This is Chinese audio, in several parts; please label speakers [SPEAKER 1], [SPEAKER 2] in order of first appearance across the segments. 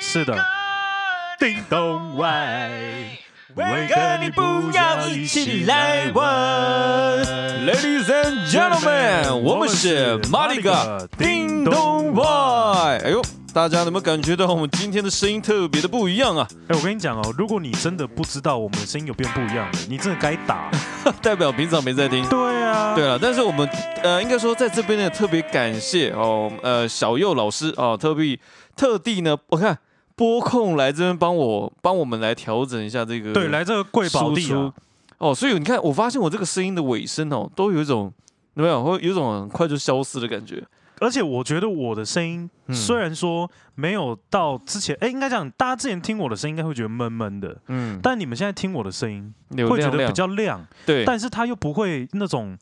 [SPEAKER 1] 是的，
[SPEAKER 2] 叮咚外，
[SPEAKER 1] 伟哥你不要一起来玩。
[SPEAKER 2] Ladies and gentlemen，我们是马里嘎叮咚外。哎呦，大家有没有感觉到我们今天的声音特别的不一 样啊？
[SPEAKER 1] 哎，我跟你讲哦，如果你真的不知道我们的声音有变不一样了，你真的该打。
[SPEAKER 2] 代表平常没在听。
[SPEAKER 1] 对啊，
[SPEAKER 2] 对了，但是我们呃，应该说在这边呢，特别感谢哦，呃，小右老师哦，特地特地呢，我看拨空来这边帮我帮我们来调整一下这个
[SPEAKER 1] 对，来这个贵宝地
[SPEAKER 2] 输出
[SPEAKER 1] 啊，
[SPEAKER 2] 哦，所以你看，我发现我这个声音的尾声哦，都有一种有没有，会有一种很快就消失的感觉。
[SPEAKER 1] 而且我觉得我的声音
[SPEAKER 2] 嗯
[SPEAKER 1] 虽然说没有到之前，哎，应该讲大家之前听我的声音应该会觉得闷闷的，
[SPEAKER 2] 嗯，
[SPEAKER 1] 但你们现在听我的声音
[SPEAKER 2] 流
[SPEAKER 1] 会觉
[SPEAKER 2] 量
[SPEAKER 1] 得
[SPEAKER 2] 量
[SPEAKER 1] 比较亮，
[SPEAKER 2] 对，
[SPEAKER 1] 但是它又不会那种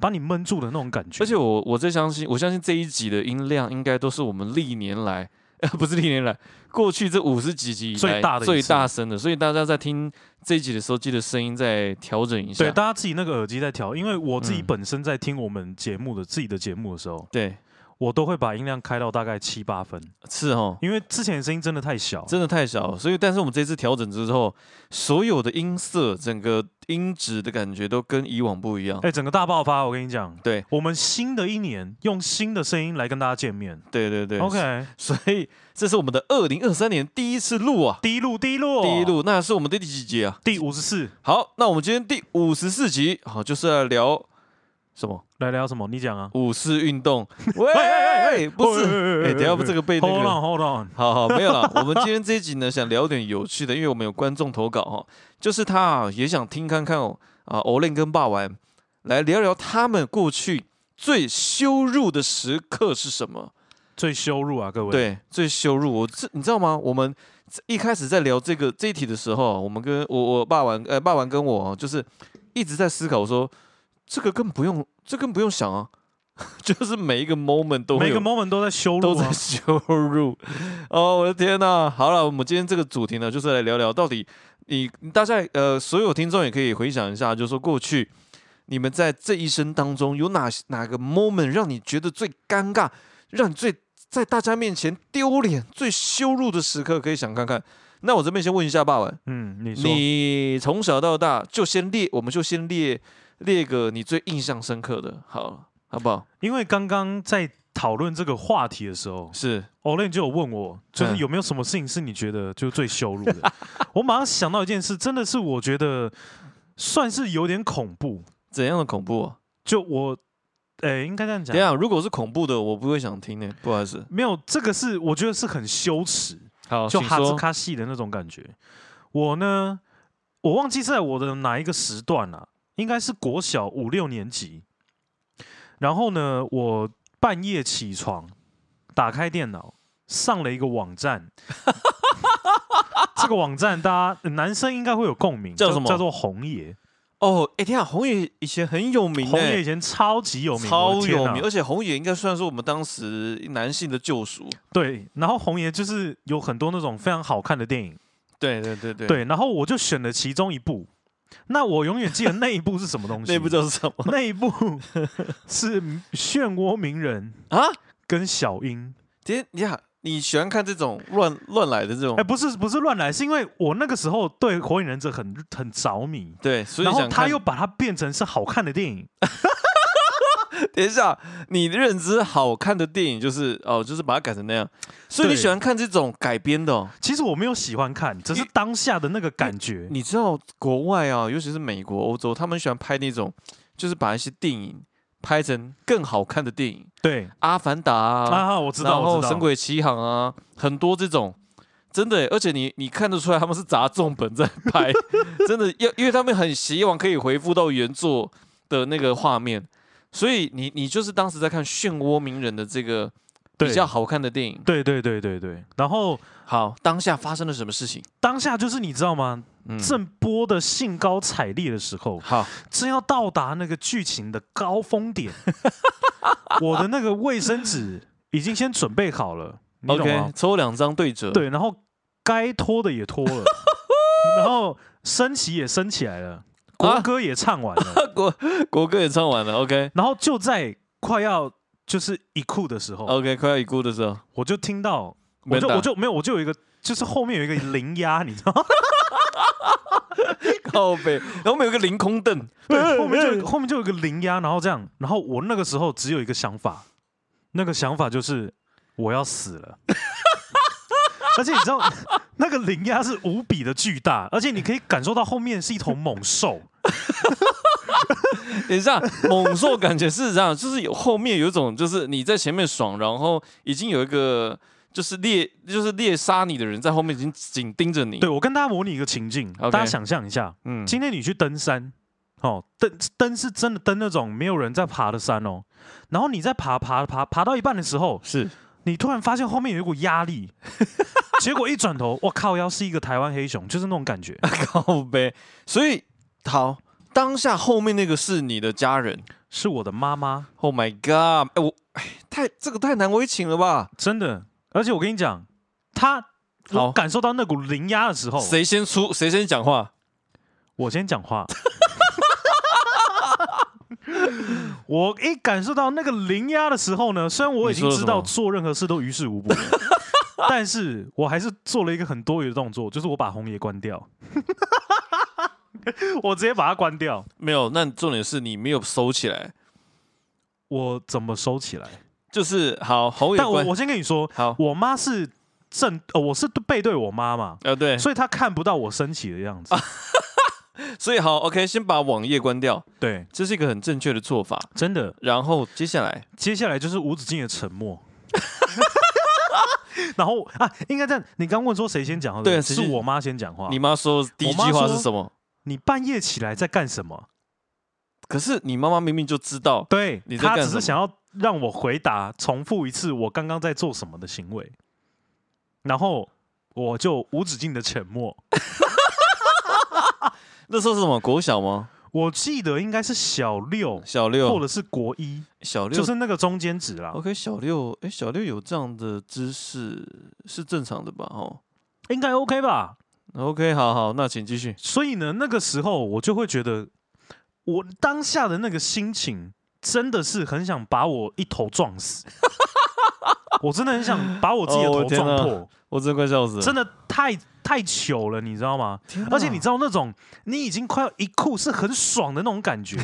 [SPEAKER 1] 把你闷住的那种感觉。
[SPEAKER 2] 而且我我在相信，我相信这一集的音量应该都是我们历年来，呃，不是历年来，过去这五十几集以来
[SPEAKER 1] 最大的一
[SPEAKER 2] 最
[SPEAKER 1] 次
[SPEAKER 2] 大声的，所以大家在听这一集的时候，记得声音再调整一下。
[SPEAKER 1] 对，大家自己那个耳机在调，因为我自己
[SPEAKER 2] 嗯
[SPEAKER 1] 本身在听我们节目的、自己的节目的时候，
[SPEAKER 2] 对，
[SPEAKER 1] 我都会把音量开到大概七八分，
[SPEAKER 2] 是哦，
[SPEAKER 1] 因为之前的声音真的太小。
[SPEAKER 2] 真的太小，所以但是我们这次调整之后，所有的音色、整个音质的感觉都跟以往不一样。
[SPEAKER 1] 哎、整个大爆发，我跟你讲，
[SPEAKER 2] 对
[SPEAKER 1] 我们新的一年用新的声音来跟大家见面。
[SPEAKER 2] 对对对
[SPEAKER 1] OK，
[SPEAKER 2] 所以这是我们的二零二三年第一次录啊，
[SPEAKER 1] 第一路，第一路，
[SPEAKER 2] 第一，录，那是我们的第几集啊？
[SPEAKER 1] 第五十四，
[SPEAKER 2] 好，那我们今天第五十四集，好，就是要聊什么？
[SPEAKER 1] 来聊什么？你讲啊。
[SPEAKER 2] 五四运动？喂，喂喂不是，哎、等一下这个被那
[SPEAKER 1] Hold
[SPEAKER 2] 个。
[SPEAKER 1] on，Hold on，
[SPEAKER 2] 好好，没有了。我们今天这一集呢，想聊点有趣的，因为我们有观众投稿哦，就是他啊，也想听看看哦，啊，欧练跟霸玩来聊聊他们过去最羞辱的时刻是什么？
[SPEAKER 1] 最羞辱啊，各位。，
[SPEAKER 2] 对，最羞辱我这你知道吗？我们这一开始在聊这个这一题的时候啊，我们跟我我爸玩呃爸玩跟我啊就是一直在思考说，这个更不用这更不用想啊， 就是每一个 moment 都会
[SPEAKER 1] 每
[SPEAKER 2] 有
[SPEAKER 1] 个 moment 都在羞
[SPEAKER 2] 都
[SPEAKER 1] 辱、
[SPEAKER 2] 在
[SPEAKER 1] 啊。
[SPEAKER 2] 羞辱。 哦，我的天呐！好了，我们今天这个主题呢，就是来聊聊到底你大家呃，所有听众也可以回想一下，就是说过去你们在这一生当中有哪哪个 moment 让你觉得最尴尬，让你最在大家面前丢脸、最羞辱的时刻，可以想看看。那我这边先问一下爸爸，
[SPEAKER 1] 嗯，你说
[SPEAKER 2] 你从小到大就先列，我们就先列列个你最印象深刻的，好了，好不好？
[SPEAKER 1] 因为刚刚在讨论这个话题的时候
[SPEAKER 2] 是，
[SPEAKER 1] ，Olen 哦就有问我，就是
[SPEAKER 2] 嗯
[SPEAKER 1] 有没有什么事情是你觉得就是最羞辱的？我马上想到一件事，真的是我觉得算是有点恐怖。
[SPEAKER 2] 怎样的恐怖啊？
[SPEAKER 1] 就我，诶、应该这样讲
[SPEAKER 2] 等一，下，如果是恐怖的，我不会想听呢、不好意思。
[SPEAKER 1] 没有这个是我觉得是很羞耻，
[SPEAKER 2] 好
[SPEAKER 1] 就哈兹卡系的那种感觉。我呢，我忘记是在我的哪一个时段了、应该是国小五六年级。然后呢，我半夜起床，打开电脑，上了一个 网站。这个网站大家男生应该会有共鸣，
[SPEAKER 2] 叫什么
[SPEAKER 1] 叫做红爷。
[SPEAKER 2] 哦，哎、天啊，红野以前很有名、欸，
[SPEAKER 1] 红爷以前超级有名，
[SPEAKER 2] 超
[SPEAKER 1] 我的天
[SPEAKER 2] 有
[SPEAKER 1] 啊
[SPEAKER 2] 名，而且红野应该算是我们当时男性的救赎。
[SPEAKER 1] 对，然后红爷就是有很多那种非常好看的电影。
[SPEAKER 2] 对对对对，
[SPEAKER 1] 对，然后我就选了其中一部。那我永远记得那一部是什么东西？
[SPEAKER 2] 那不知道是什么
[SPEAKER 1] 那一部 是《漩涡鸣人》
[SPEAKER 2] 啊？
[SPEAKER 1] 跟小樱。
[SPEAKER 2] 天，你好，你喜欢看这种乱乱来的这种？
[SPEAKER 1] 哎、不是不是乱来，是因为我那个时候对《火影忍者很》很着迷，
[SPEAKER 2] 对，所以
[SPEAKER 1] 然后
[SPEAKER 2] 想
[SPEAKER 1] 他
[SPEAKER 2] 看
[SPEAKER 1] 又把它变成是好看的电影。
[SPEAKER 2] 等一下，你认知好看的电影就是哦，就是把它改成那样，所以你
[SPEAKER 1] 对
[SPEAKER 2] 喜欢看这种改编的、哦。
[SPEAKER 1] 其实我没有喜欢看，只是当下的那个感觉。
[SPEAKER 2] 你知道国外啊，尤其是美国、欧洲，他们喜欢拍那种，就是把一些电影拍成更好看的电影，《
[SPEAKER 1] 对
[SPEAKER 2] 阿凡达》啊，
[SPEAKER 1] 啊，我知
[SPEAKER 2] 然
[SPEAKER 1] 道，
[SPEAKER 2] 后
[SPEAKER 1] 我
[SPEAKER 2] 《
[SPEAKER 1] 知
[SPEAKER 2] 神
[SPEAKER 1] 道。
[SPEAKER 2] 鬼奇航》啊，很多这种。真的耶，欸而且你你看得出来他们是砸重本在拍， 真的要，因为他们很希望可以回复到原作的那个画面，所以你你就是当时在看《漩涡鸣人》的这个比
[SPEAKER 1] 对
[SPEAKER 2] 较好看的电影。
[SPEAKER 1] 对对对对对。然后
[SPEAKER 2] 好，当下发生了什么事情？
[SPEAKER 1] 当下就是你知道吗？
[SPEAKER 2] 嗯，
[SPEAKER 1] 正播的兴高采烈的时候，
[SPEAKER 2] 好，
[SPEAKER 1] 正要到达那个剧情的高峰点，我的那个卫生纸已经先准备好了，你懂
[SPEAKER 2] OK，
[SPEAKER 1] 吗？
[SPEAKER 2] 抽两张对折。
[SPEAKER 1] 对，然后该脱的也脱了，然后升旗也升起来了，国歌也唱完了，
[SPEAKER 2] 国国歌也唱完了，OK
[SPEAKER 1] 然后就在快要就是一哭的时候，
[SPEAKER 2] 哦 OK，快要已故的时候，
[SPEAKER 1] 我就听到我就
[SPEAKER 2] 没打
[SPEAKER 1] 我就没有，我就有一个，就是后面有一个零压，你知道吗？
[SPEAKER 2] 靠背，然后我们有个凌空凳，
[SPEAKER 1] 对，后面就有一个后面就有一个零压，然后这样，然后我那个时候只有一个想法，那个想法就是我要死了。 而且你知道， 那个零压是无比的巨大，而且你可以感受到后面是一头猛 兽。
[SPEAKER 2] 等一下， 猛兽感觉是这样，就是有后面有一种，就是你在前面爽，然后已经有一个就是猎就是猎杀你的人在后面已经紧盯着你。
[SPEAKER 1] 对，，我跟大家模拟一个情境
[SPEAKER 2] OK
[SPEAKER 1] 大家想象一下，
[SPEAKER 2] 嗯，
[SPEAKER 1] 今天你去登山，哦，登登是真的登那种没有人在爬的山哦，然后你在爬爬爬爬到一半的时候，
[SPEAKER 2] 是
[SPEAKER 1] 你突然发现后面有一股 压力，结果一转头，我靠腰是一个台湾黑熊，就是那种感觉。
[SPEAKER 2] 靠背，所以好，当下后面那个是你的家人。
[SPEAKER 1] 是我的妈妈，
[SPEAKER 2] Oh my god！哎、我哎太这个太难为情了吧？
[SPEAKER 1] 真的。而且我跟你讲，她我
[SPEAKER 2] 好
[SPEAKER 1] 感受到那股灵压的时候，
[SPEAKER 2] 谁先出谁先讲话？
[SPEAKER 1] 我先讲话。 我一感受到那个灵压的时候呢，虽然我已
[SPEAKER 2] 你说
[SPEAKER 1] 经
[SPEAKER 2] 了
[SPEAKER 1] 知道
[SPEAKER 2] 什么
[SPEAKER 1] 做任何事都于事 无补了，但是我还是做了一个很多余的动作，就是我把红爷关掉， 我直接把它关掉。
[SPEAKER 2] 没有，那重点是你没有收起来，
[SPEAKER 1] 我怎么收起来？
[SPEAKER 2] 就是好红眼
[SPEAKER 1] 但我
[SPEAKER 2] 关
[SPEAKER 1] 我先跟你说，
[SPEAKER 2] 好
[SPEAKER 1] 我妈是正，呃，我是背对我妈嘛，
[SPEAKER 2] 呃对，
[SPEAKER 1] 所以她看不到我升起的样子。
[SPEAKER 2] 所以好 OK，先把网页关掉，
[SPEAKER 1] 对，
[SPEAKER 2] 这是一个很正确的做法。
[SPEAKER 1] 真的，
[SPEAKER 2] 然后接下来
[SPEAKER 1] 接下来就是无止境的沉 默。然后啊，应该这样。你刚问说谁先讲话？
[SPEAKER 2] 对
[SPEAKER 1] 不
[SPEAKER 2] 谁
[SPEAKER 1] 是
[SPEAKER 2] 先
[SPEAKER 1] 我妈先讲话。
[SPEAKER 2] 你
[SPEAKER 1] 你
[SPEAKER 2] 妈说第一
[SPEAKER 1] 我妈
[SPEAKER 2] 句话
[SPEAKER 1] 说
[SPEAKER 2] 是什么？
[SPEAKER 1] 你半夜起来在干什么？
[SPEAKER 2] 可是你妈妈明明就知道，
[SPEAKER 1] 对
[SPEAKER 2] 你，在
[SPEAKER 1] 她
[SPEAKER 2] 干
[SPEAKER 1] 只
[SPEAKER 2] 什么
[SPEAKER 1] 是想要让我回答，重复一次我刚刚在做什么的行为。然后我就无止境的沉默。
[SPEAKER 2] 那时候是什么国小吗？
[SPEAKER 1] 我记得应该是小六
[SPEAKER 2] 小
[SPEAKER 1] 或
[SPEAKER 2] 六，
[SPEAKER 1] 者是国一，
[SPEAKER 2] 小六、
[SPEAKER 1] 就是那个中间值啦。
[SPEAKER 2] OK，小六，哎，小六有这样的知识是正常的吧？哦
[SPEAKER 1] 应该 OK 吧？
[SPEAKER 2] ，OK，好好，那请继续。
[SPEAKER 1] 所以呢，那个时候我就会觉得，我当下的那个心情真的是很想把我一头撞死， 我真的很想把我自己的
[SPEAKER 2] 哦我
[SPEAKER 1] 头
[SPEAKER 2] 的天
[SPEAKER 1] 撞
[SPEAKER 2] 哪
[SPEAKER 1] 破，
[SPEAKER 2] 我真的快笑死了，
[SPEAKER 1] 真的太太糗了，你知道吗？
[SPEAKER 2] 天哪，
[SPEAKER 1] 而且你知道那种你已经快要一哭是很爽的那 种感觉，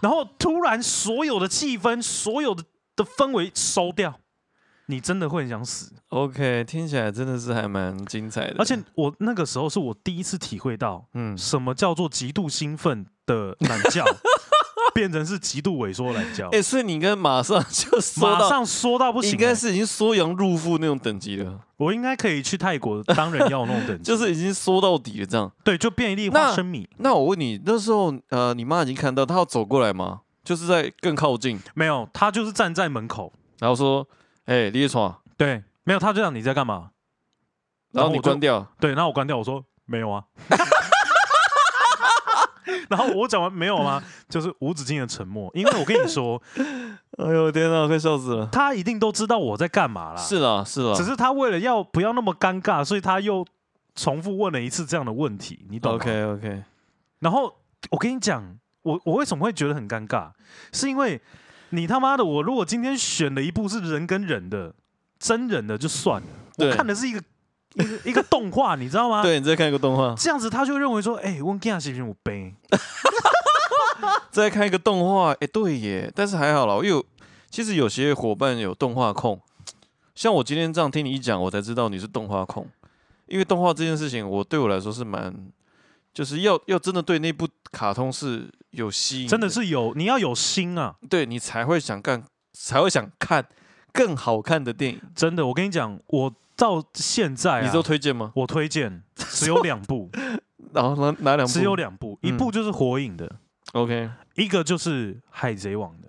[SPEAKER 1] 然后突然所有的气氛、所有的的氛围收掉，你真的会很想死。
[SPEAKER 2] OK，听起来真的是还蛮精彩的，
[SPEAKER 1] 而且我那个时候是我第一次体会到
[SPEAKER 2] 嗯，
[SPEAKER 1] 什么叫做极度兴奋的懒 觉，变成是极度萎缩懒觉，
[SPEAKER 2] 哎，所以你应该马上就说
[SPEAKER 1] 马
[SPEAKER 2] 到，
[SPEAKER 1] 上缩到不
[SPEAKER 2] 应
[SPEAKER 1] 行、
[SPEAKER 2] 该
[SPEAKER 1] 欸
[SPEAKER 2] 是已经缩阳入腹那种等级了，
[SPEAKER 1] 我应该可以去泰国当人妖那 种等级，
[SPEAKER 2] 就是已经缩到底了这样。
[SPEAKER 1] 对，就变一粒花生米。
[SPEAKER 2] 那我问你，那时候呃，你妈已经看到，她要走过来吗？就是在更靠近，
[SPEAKER 1] 没有，他就是站在门口，
[SPEAKER 2] 然后说：“哎、李叶闯。
[SPEAKER 1] 对，没有，他就让你在干嘛？”
[SPEAKER 2] 然后
[SPEAKER 1] 然后
[SPEAKER 2] 你
[SPEAKER 1] 我就
[SPEAKER 2] 关掉，
[SPEAKER 1] 对，然后我关掉，我说没有啊。 然后我讲完没有吗？就是无止境的沉默，因为我跟你说，
[SPEAKER 2] 哎呦天哪，快笑死了！
[SPEAKER 1] 他一定都知道我在干嘛啦。
[SPEAKER 2] 是啦，是啦，
[SPEAKER 1] 只是他为了要不要那么尴尬，所以他又重复问了一次这样的问题，你懂吗
[SPEAKER 2] OK OK，
[SPEAKER 1] 然后我跟你讲，我我为什么会觉得很尴尬，是因为你他妈的，我如果今天选了一部是人跟人的真人的就算了，
[SPEAKER 2] 对
[SPEAKER 1] 我看的是一个 一个一个动画，你知道吗？，
[SPEAKER 2] 对你再看一个动画，
[SPEAKER 1] 这样子他就认为说，哎、我跟是不是有背？
[SPEAKER 2] 再看一个动画，哎，对耶，但是还好啦，因为有其实有些伙伴有动画控，像我今天这样听你一讲，我才知道你是动画控，因为动画这件事情，我对我来说是蛮，就是要要真的对那部卡通是有吸引，
[SPEAKER 1] 真的是有，你要有心啊！
[SPEAKER 2] 对你才会想干，才会想看更好看的电影，
[SPEAKER 1] 真的，我跟你讲，我到现在、啊，
[SPEAKER 2] 你都推荐吗？
[SPEAKER 1] 我推荐只 有两部，
[SPEAKER 2] 然后哪哪两部？
[SPEAKER 1] 只有两部，一
[SPEAKER 2] 嗯
[SPEAKER 1] 部就是《火影》的，
[SPEAKER 2] OK，《
[SPEAKER 1] 一个就是《海贼王》的，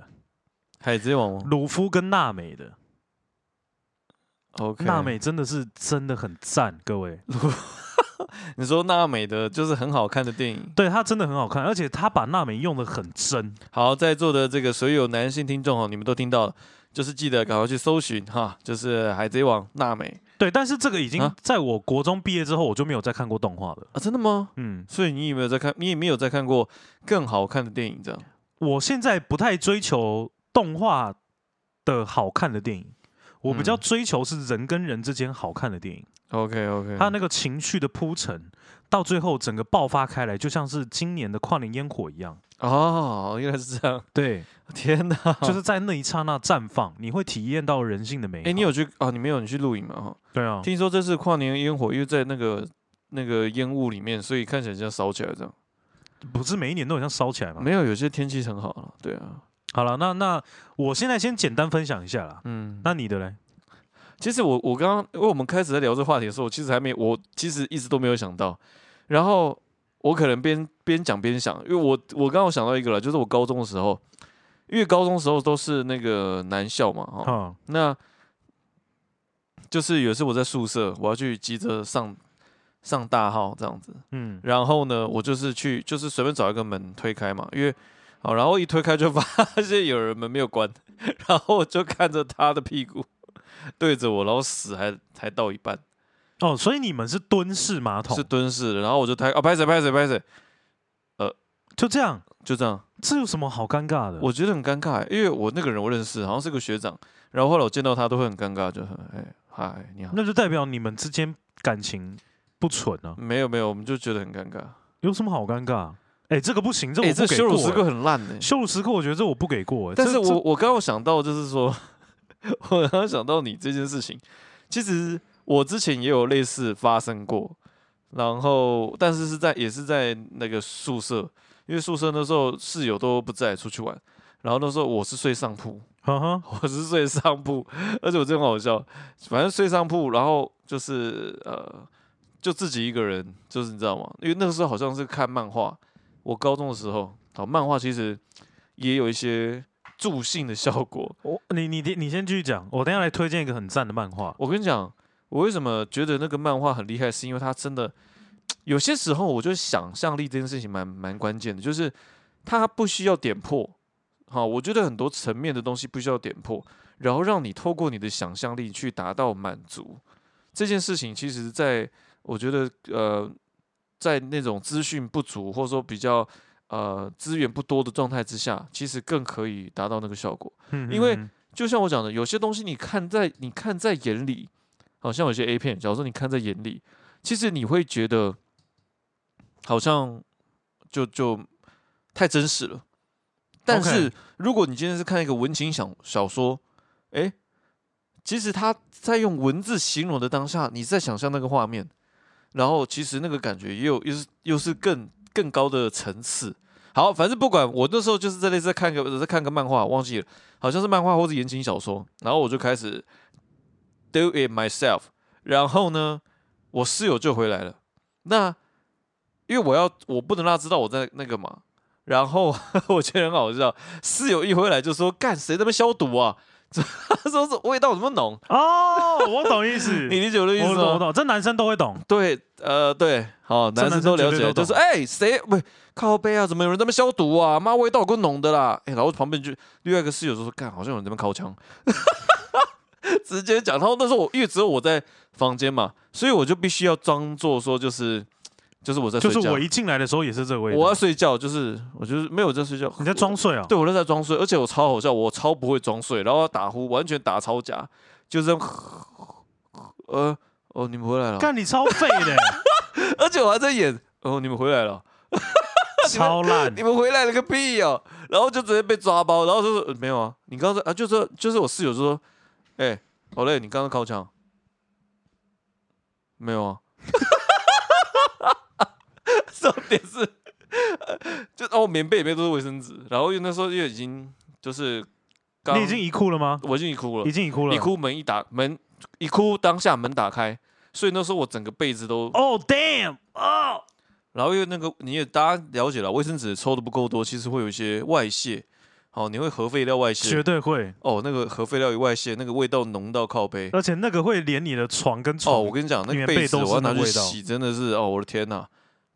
[SPEAKER 2] 海贼王》吗
[SPEAKER 1] 鲁夫跟娜美的，
[SPEAKER 2] OK，
[SPEAKER 1] 娜美真的是真的很赞，各位，
[SPEAKER 2] 你说娜美的就是很好看的电影。
[SPEAKER 1] 对她真的很好看，而且她把娜美用的很真，
[SPEAKER 2] 好，在座的这个所有男性听众哦，你们都听到了，就是记得赶快去搜寻哈，就是《海贼王》娜美
[SPEAKER 1] 对，但是这个已经
[SPEAKER 2] 啊
[SPEAKER 1] 在我国中毕业之后，我就没有再看过动画了，
[SPEAKER 2] 啊，真的吗？
[SPEAKER 1] 嗯，
[SPEAKER 2] 所以你有没有在看？你也没有在看过更好看的电影这样？
[SPEAKER 1] 我现在不太追求动画的好看的电影，我比较
[SPEAKER 2] 嗯
[SPEAKER 1] 追求是人跟人之间好看的电影，
[SPEAKER 2] OK OK，
[SPEAKER 1] 它那个情绪的铺陈，到最后整个爆发开来，就像是今年的跨年烟火一样。
[SPEAKER 2] 哦，原来是这样，
[SPEAKER 1] 对，
[SPEAKER 2] 天哪！
[SPEAKER 1] 就是在那一刹那绽放，你会体验到人性的美好。
[SPEAKER 2] 哎，你有去哦？你没有你去露营吗？哈，
[SPEAKER 1] 对啊，
[SPEAKER 2] 哦听说这次跨年烟火又在那个那个烟雾里面，所以看起来像烧起来这样。
[SPEAKER 1] 不是每一年都很像烧起来吗？
[SPEAKER 2] 没有，有些天气很好了，对啊，
[SPEAKER 1] 好了，那那我现在先简单分享一下啦。
[SPEAKER 2] 嗯。
[SPEAKER 1] 那你的嘞？
[SPEAKER 2] 其实我我刚刚因为我们开始在聊这个话题的时候，我其实还没我其实一直都没有想到，然后我可能边边讲边想，因为我我刚刚有想到一个了，就是我高中的时候，因为高中的时候都是那个男校嘛，哈、
[SPEAKER 1] 嗯
[SPEAKER 2] 那就是有一次我在宿舍，我要去急着上上大号这样子，
[SPEAKER 1] 嗯，
[SPEAKER 2] 然后呢，我就是去就是随便找一个门推开嘛，因为好，然后一推开就发现 有人门没有关，然后我就看着他的屁股对着我，然后屎还还到一半，
[SPEAKER 1] 哦，所以你们是蹲式马桶
[SPEAKER 2] 是，蹲式的，然后我就抬啊拍谁拍谁拍谁，
[SPEAKER 1] 就这样，
[SPEAKER 2] 就这样，
[SPEAKER 1] 这有什么好尴尬的？
[SPEAKER 2] 我觉得很尴尬，欸因为我那个人我认识，好像是个学长，然后后来我见到他都会很尴尬，就很哎嗨你好，
[SPEAKER 1] 那就代表你们之间感情不纯啊，
[SPEAKER 2] 没有没有，我们就觉得很尴尬，
[SPEAKER 1] 有什么好尴尬？哎，这个不行，这
[SPEAKER 2] 哎、
[SPEAKER 1] 我
[SPEAKER 2] 这
[SPEAKER 1] 不给
[SPEAKER 2] 羞辱时刻
[SPEAKER 1] 过欸。
[SPEAKER 2] 很烂的、
[SPEAKER 1] 羞辱时刻，我觉得这我不给过欸。
[SPEAKER 2] 但
[SPEAKER 1] 这
[SPEAKER 2] 是
[SPEAKER 1] 这
[SPEAKER 2] 我我刚刚有想到就是说，我刚刚想到你这件事情，其实我之前也有类似发生过，然后但是是在也是在那个宿舍，因为宿舍那时候室友都不在出去玩，然后那时候我是睡上铺，
[SPEAKER 1] 呵呵，
[SPEAKER 2] 我是睡上铺，而且我真的很好笑，反正睡上铺，然后就是呃，就自己一个人，就是你知道吗？因为那个时候好像是看漫画，我高中的时候，好漫画其实也有一些助兴的效果。
[SPEAKER 1] 我你你你先继续讲，我等一下来推荐一个很赞的漫画。
[SPEAKER 2] 我跟你讲，我为什么觉得那个漫画很厉害，是因为它真的有些时候，我觉得想象力这件事情蛮蛮关键的，就是它不需要点破。好，我觉得很多层面的东西不需要点破，然后让你透过你的想象力去达到满足这件事情。其实在，我觉得，呃，在那种资讯不足或者说比较呃资源不多的状态之下，其实更可以达到那个效果。
[SPEAKER 1] 嗯
[SPEAKER 2] 因为
[SPEAKER 1] 嗯
[SPEAKER 2] 就像我讲的，有些东西你看在你看在眼里，好像有些 A 片，假如说你看在眼里，其实你会觉得好像就就太真实了。但
[SPEAKER 1] OK
[SPEAKER 2] 是如果你今天是看一个文情小小说，诶，其实他在用文字形容的当下，你在想象那个画面，然后其实那个感觉也有又是又是更更高的层次。好，反正不管我那时候就是在类似在看个在看个漫画，忘记了，好像是漫画或是言情小说，然后我就开始 do it myself，然后呢，我室友就回来了。那因为我要我不能让他知道我在那个嘛，然后 我觉得很好笑，室友一回来就说：“干谁在那边消毒啊？” 他说：“这味道怎么弄
[SPEAKER 1] 哦，我懂意思，？”
[SPEAKER 2] 你理解我的意
[SPEAKER 1] 我
[SPEAKER 2] 思
[SPEAKER 1] 懂我
[SPEAKER 2] 吗？
[SPEAKER 1] 懂，这男生都会懂。
[SPEAKER 2] 对，呃，对，好，
[SPEAKER 1] 这
[SPEAKER 2] 男生
[SPEAKER 1] 男生
[SPEAKER 2] 都了
[SPEAKER 1] 绝对
[SPEAKER 2] 解，
[SPEAKER 1] 都
[SPEAKER 2] 就是
[SPEAKER 1] 懂
[SPEAKER 2] 哎，谁不靠背啊？怎么有人在那边消毒啊？妈，味道有够浓的啦！哎，然后旁边就另外一个室友就说：“干，好像有人在那边靠枪。” 直接讲，然后那时候我因为只有我在房间嘛，所以我就必须要装作说就是就是我在
[SPEAKER 1] 就
[SPEAKER 2] 睡
[SPEAKER 1] 是
[SPEAKER 2] 觉，
[SPEAKER 1] 我一进来的时候也是这个味道。
[SPEAKER 2] 我要睡觉，就是我就是没有在睡觉，
[SPEAKER 1] 你在装睡啊？
[SPEAKER 2] 对，我都在装睡，而且我超好笑，我超不会装睡，然后打呼完全打超假，就是这样呃哦你们回来了，
[SPEAKER 1] 干你超 废的欸，
[SPEAKER 2] 而且我还在演哦你们回来了，
[SPEAKER 1] 超烂
[SPEAKER 2] 你。们回来了个屁哦，然后就直接被抓包，然后就说、呃没有啊，你刚才啊就是就是我室友就说，哎、好嘞，你刚刚靠墙，没有啊， 重点是呃就哦棉被里面都是卫生纸，然后因为那时候因为已经就是刚
[SPEAKER 1] 你已经移哭了吗？
[SPEAKER 2] 我已经已哭了
[SPEAKER 1] 已，经移哭了。
[SPEAKER 2] 一哭门一打门一哭当下门打开，所以那时候我整个被子都，
[SPEAKER 1] 哦、damn！哦，
[SPEAKER 2] 然后因为那个你也大家了解了，卫生纸抽的不够多，其实会有一些外泄，好、你会核废料外
[SPEAKER 1] 绝
[SPEAKER 2] 泄，
[SPEAKER 1] 对会，
[SPEAKER 2] 哦，那个核废料一外泄，那个味道浓到靠背，
[SPEAKER 1] 而且那个会连你的床跟床。
[SPEAKER 2] 哦，我跟你讲，那
[SPEAKER 1] 里
[SPEAKER 2] 个
[SPEAKER 1] 面
[SPEAKER 2] 被
[SPEAKER 1] 被
[SPEAKER 2] 子
[SPEAKER 1] 都
[SPEAKER 2] 我
[SPEAKER 1] 是
[SPEAKER 2] 要
[SPEAKER 1] 那
[SPEAKER 2] 拿去
[SPEAKER 1] 味道
[SPEAKER 2] 洗，真的是哦，我的天呐，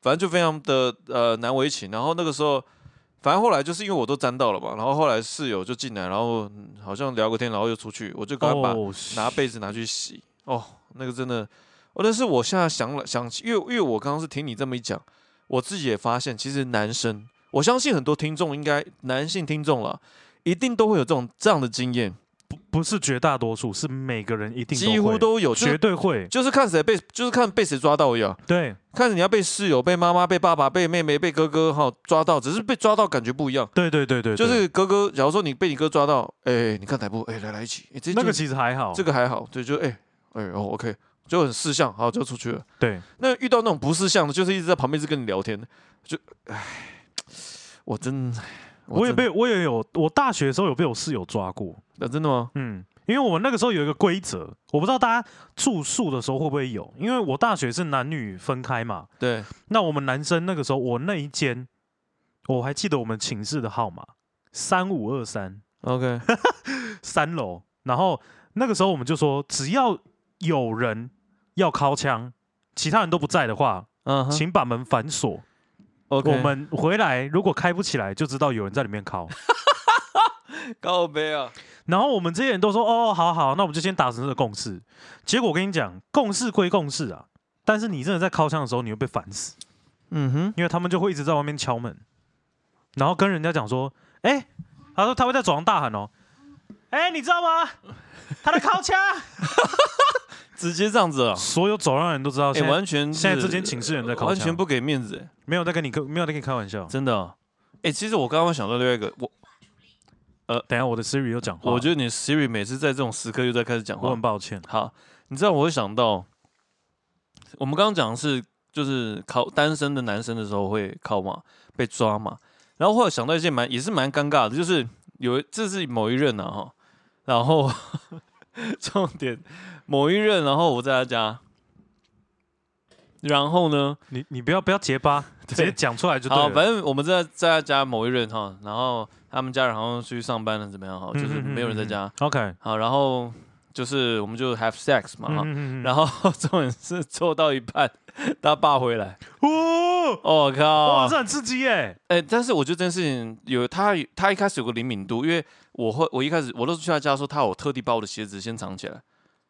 [SPEAKER 2] 反正就非常的呃难为情。然后那个时候，反正后来就是因为我都沾到了嘛，然后后来室友就进来，然后嗯好像聊个天，然后又出去，我就赶快把
[SPEAKER 1] 哦，
[SPEAKER 2] 拿被子拿去洗。哦，那个真的，哦，但是我现在想了想起，因为因为我刚刚是听你这么一讲，我自己也发现，其实男生，我相信很多听众应该男性听众了，一定都会有这种这样的经验，
[SPEAKER 1] 不不是绝大多数，是每个人一定
[SPEAKER 2] 几乎
[SPEAKER 1] 会
[SPEAKER 2] 都有，就
[SPEAKER 1] 绝
[SPEAKER 2] 是
[SPEAKER 1] 对会，
[SPEAKER 2] 就是看谁被，就是看被谁抓到而已啊。
[SPEAKER 1] 对
[SPEAKER 2] 看着你要被室友、被妈妈、被爸爸、被妹妹、被哥哥哈抓到，只是被抓到感觉不一样。
[SPEAKER 1] 对对对对，
[SPEAKER 2] 就
[SPEAKER 1] 对
[SPEAKER 2] 是哥哥，假如说你被你哥抓到，哎、你看哪部？哎、来来一起，哎、这
[SPEAKER 1] 那个
[SPEAKER 2] 这
[SPEAKER 1] 其实还好，
[SPEAKER 2] 这个还好，对，就哎哎、哦，OK，就很四项，好就出去了。
[SPEAKER 1] 对
[SPEAKER 2] 那遇到那种不四项的，就是一直在旁边一直跟你聊天的，就哎，我真，
[SPEAKER 1] 我也
[SPEAKER 2] 真
[SPEAKER 1] 被我也有，我大学的时候有被我室友抓过，
[SPEAKER 2] 啊，真的吗？
[SPEAKER 1] 嗯，因为我们那个时候有一个规则，我不知道大家住宿的时候会不会有，因为我大学是男女分开嘛，
[SPEAKER 2] 对，
[SPEAKER 1] 那我们男生那个时候我那一间，我还记得我们寝室的号码三五二三
[SPEAKER 2] OK，
[SPEAKER 1] 三楼，然后那个时候我们就说，只要有人要敲枪，其他人都不在的话，
[SPEAKER 2] 嗯哼
[SPEAKER 1] 请把门反锁。
[SPEAKER 2] ，OK，
[SPEAKER 1] 我们回来如果开不起来，就知道有人在里面敲。
[SPEAKER 2] 告杯啊，
[SPEAKER 1] 然后我们这些人都说哦，好好，那我们就先达成这个共识。结果我跟你讲，共识归共识啊，但是你真的在敲枪的时候，你会被烦死，
[SPEAKER 2] 嗯哼，
[SPEAKER 1] 因为他们就会一直在外面敲门，然后跟人家讲说，哎、他说他会在走廊大喊哦，哎、你知道吗？他在 敲枪，
[SPEAKER 2] 直接这样子啊，
[SPEAKER 1] 所有走廊的人都知道
[SPEAKER 2] 哎、
[SPEAKER 1] 现在。
[SPEAKER 2] 完全
[SPEAKER 1] 现在
[SPEAKER 2] 是
[SPEAKER 1] 这间寝室人在靠
[SPEAKER 2] 完全
[SPEAKER 1] 墙
[SPEAKER 2] 不给面子、哎
[SPEAKER 1] 没有在跟你开，没有在跟你开玩笑。
[SPEAKER 2] 真的、啊。哎、其实我刚刚想到另外一个，我
[SPEAKER 1] 等一下我的 Siri 又讲话，
[SPEAKER 2] 我觉得你 Siri 每次在这种时刻又在开始讲
[SPEAKER 1] 我
[SPEAKER 2] 话
[SPEAKER 1] 很。抱歉。
[SPEAKER 2] 好，你知道我会想到，我们刚刚讲的是就是考单身的男生的时候会考嘛，被抓嘛，然后后来想到一件蛮也是蛮尴尬的，就是有一这是某一任啊哈，然后 重点某一任，然后我在他家，然后呢，
[SPEAKER 1] 你你不要不要结巴，直接讲出来就对
[SPEAKER 2] 好，
[SPEAKER 1] 了。
[SPEAKER 2] 反正我们在在他家某一任哈，然后他们家人好像去上班了怎么样哈，
[SPEAKER 1] 嗯
[SPEAKER 2] 就是没有人在家，
[SPEAKER 1] OK，
[SPEAKER 2] 好，然后就是我们就 have sex 嘛哈。
[SPEAKER 1] 嗯
[SPEAKER 2] 然后 重点是做到一半，他爸回来，
[SPEAKER 1] 哦，
[SPEAKER 2] 我、
[SPEAKER 1] 哇，
[SPEAKER 2] 靠！
[SPEAKER 1] 这很刺激耶！
[SPEAKER 2] 哎、但是我觉得这件事情有他，他一开始有个灵敏度，因为我会，我一开始我都是去他家的时候，他有特地把我的鞋子先藏起来，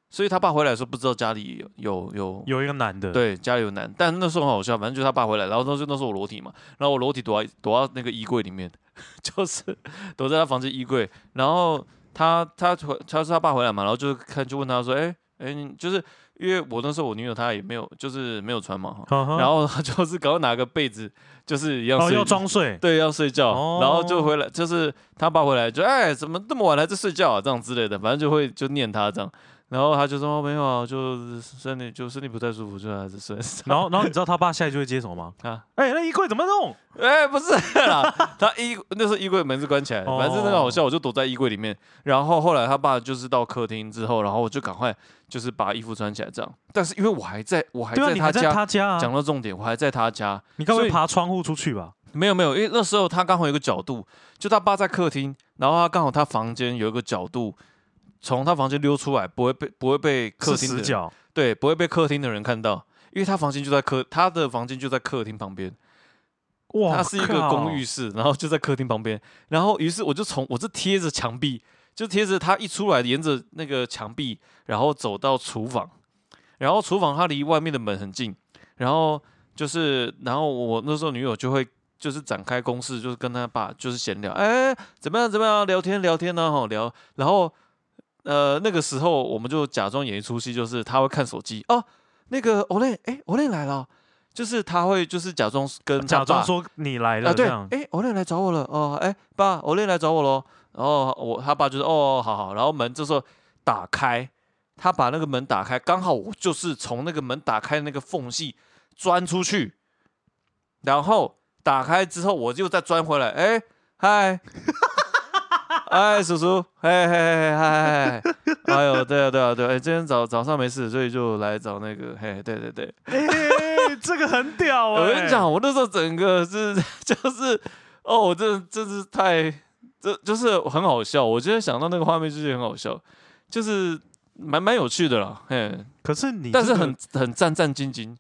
[SPEAKER 2] 所以他爸回来的时候不知道家里有有有
[SPEAKER 1] 有一个男的，，
[SPEAKER 2] 对家里有男，但那时候很好笑，反正就是他爸回来，然后那时候那时候我裸体嘛，然后我裸体躲在躲到那个衣柜里面， 就是躲在他房间衣柜，然后他他回他说他爸回来嘛，然后就看就问他说，哎、哎、你就是因为我那时候我女友她也没有就是没有穿嘛，哈然
[SPEAKER 1] 然
[SPEAKER 2] 后他就是赶快拿个被子，就是一样
[SPEAKER 1] 哦
[SPEAKER 2] 睡
[SPEAKER 1] 要装睡，
[SPEAKER 2] 对，要睡觉，
[SPEAKER 1] 哦
[SPEAKER 2] 然后就回来，就是他爸回来就哎，怎么这么晚还在睡觉啊？这样之类的，反正就会就念他这样，然后他就说、哦没有啊，就是身体就身体不太舒服，就还是睡。
[SPEAKER 1] 然后然后你知道他爸下一句会接什么吗？
[SPEAKER 2] 啊，
[SPEAKER 1] 哎，那衣柜怎么弄？
[SPEAKER 2] 哎，不是啦，他衣那时候衣柜门是关起来的，
[SPEAKER 1] 哦
[SPEAKER 2] 反正那个好笑，我就躲在衣柜里面。然后后来他爸就是到客厅之后，然后我就赶快就是把衣服穿起来这样。但是因为我还在我还
[SPEAKER 1] 对啊，你还在
[SPEAKER 2] 家，
[SPEAKER 1] 他家啊，
[SPEAKER 2] 讲到重点，我还在他家，
[SPEAKER 1] 你该不会
[SPEAKER 2] 所以
[SPEAKER 1] 爬窗户出去吧？
[SPEAKER 2] 没有没有，因为那时候他刚好有一个角度，就他爸在客厅，然后他刚好他房间有一个角度，从他房间溜出来，不会被不会被客
[SPEAKER 1] 是
[SPEAKER 2] 厅的
[SPEAKER 1] 死
[SPEAKER 2] 人
[SPEAKER 1] 角，
[SPEAKER 2] 对，不会被客厅的人看到，因为他房间就在客他的房间就在客厅旁边，
[SPEAKER 1] 哇，
[SPEAKER 2] 它是一个
[SPEAKER 1] 靠
[SPEAKER 2] 公寓，式，然后就在客厅旁边，然后于是我就从我是贴着墙壁，就贴着他一出来，沿着那个墙壁，然后走到厨房，然后厨房它离外面的门很近，然后就是，然后我那时候女友就会就是展开攻势，就是跟他爸就是闲聊，哎，怎么样怎么样，聊天聊天呢、吼聊，然后呃那个时候我们就假装演一出戏，就是他会看手机哦，那个 Olay，哎 Olay 来了。就是他会，就是假装跟他
[SPEAKER 1] 假
[SPEAKER 2] 爸
[SPEAKER 1] 装说你
[SPEAKER 2] 啊，
[SPEAKER 1] 来了这
[SPEAKER 2] 对，
[SPEAKER 1] 样，
[SPEAKER 2] 哎，欧雷来找我了，哦，哎，爸，欧雷来找我喽。然后我他爸就是哦，好好，然后门这时候打开，他把那个门打开，刚好我就是从那个门打开的那个缝隙钻出去，然后打开之后我就再钻回来，哎，嗨。哎，叔叔，嘿嘿嘿嘿嘿嘿，哎呦，对啊，对啊，对啊，哎，今天早早上没事，所以就来找那个，嘿，对对对，
[SPEAKER 1] 哎，这个很屌哎！
[SPEAKER 2] 我跟你讲，我那时候整个是就是 哦，我真的真是太这就是很好笑。我今天想到那个画面就是很好笑，就是蛮蛮有趣的啦。嘿，
[SPEAKER 1] 可是你
[SPEAKER 2] 但是
[SPEAKER 1] 这个，
[SPEAKER 2] 很很战战兢兢。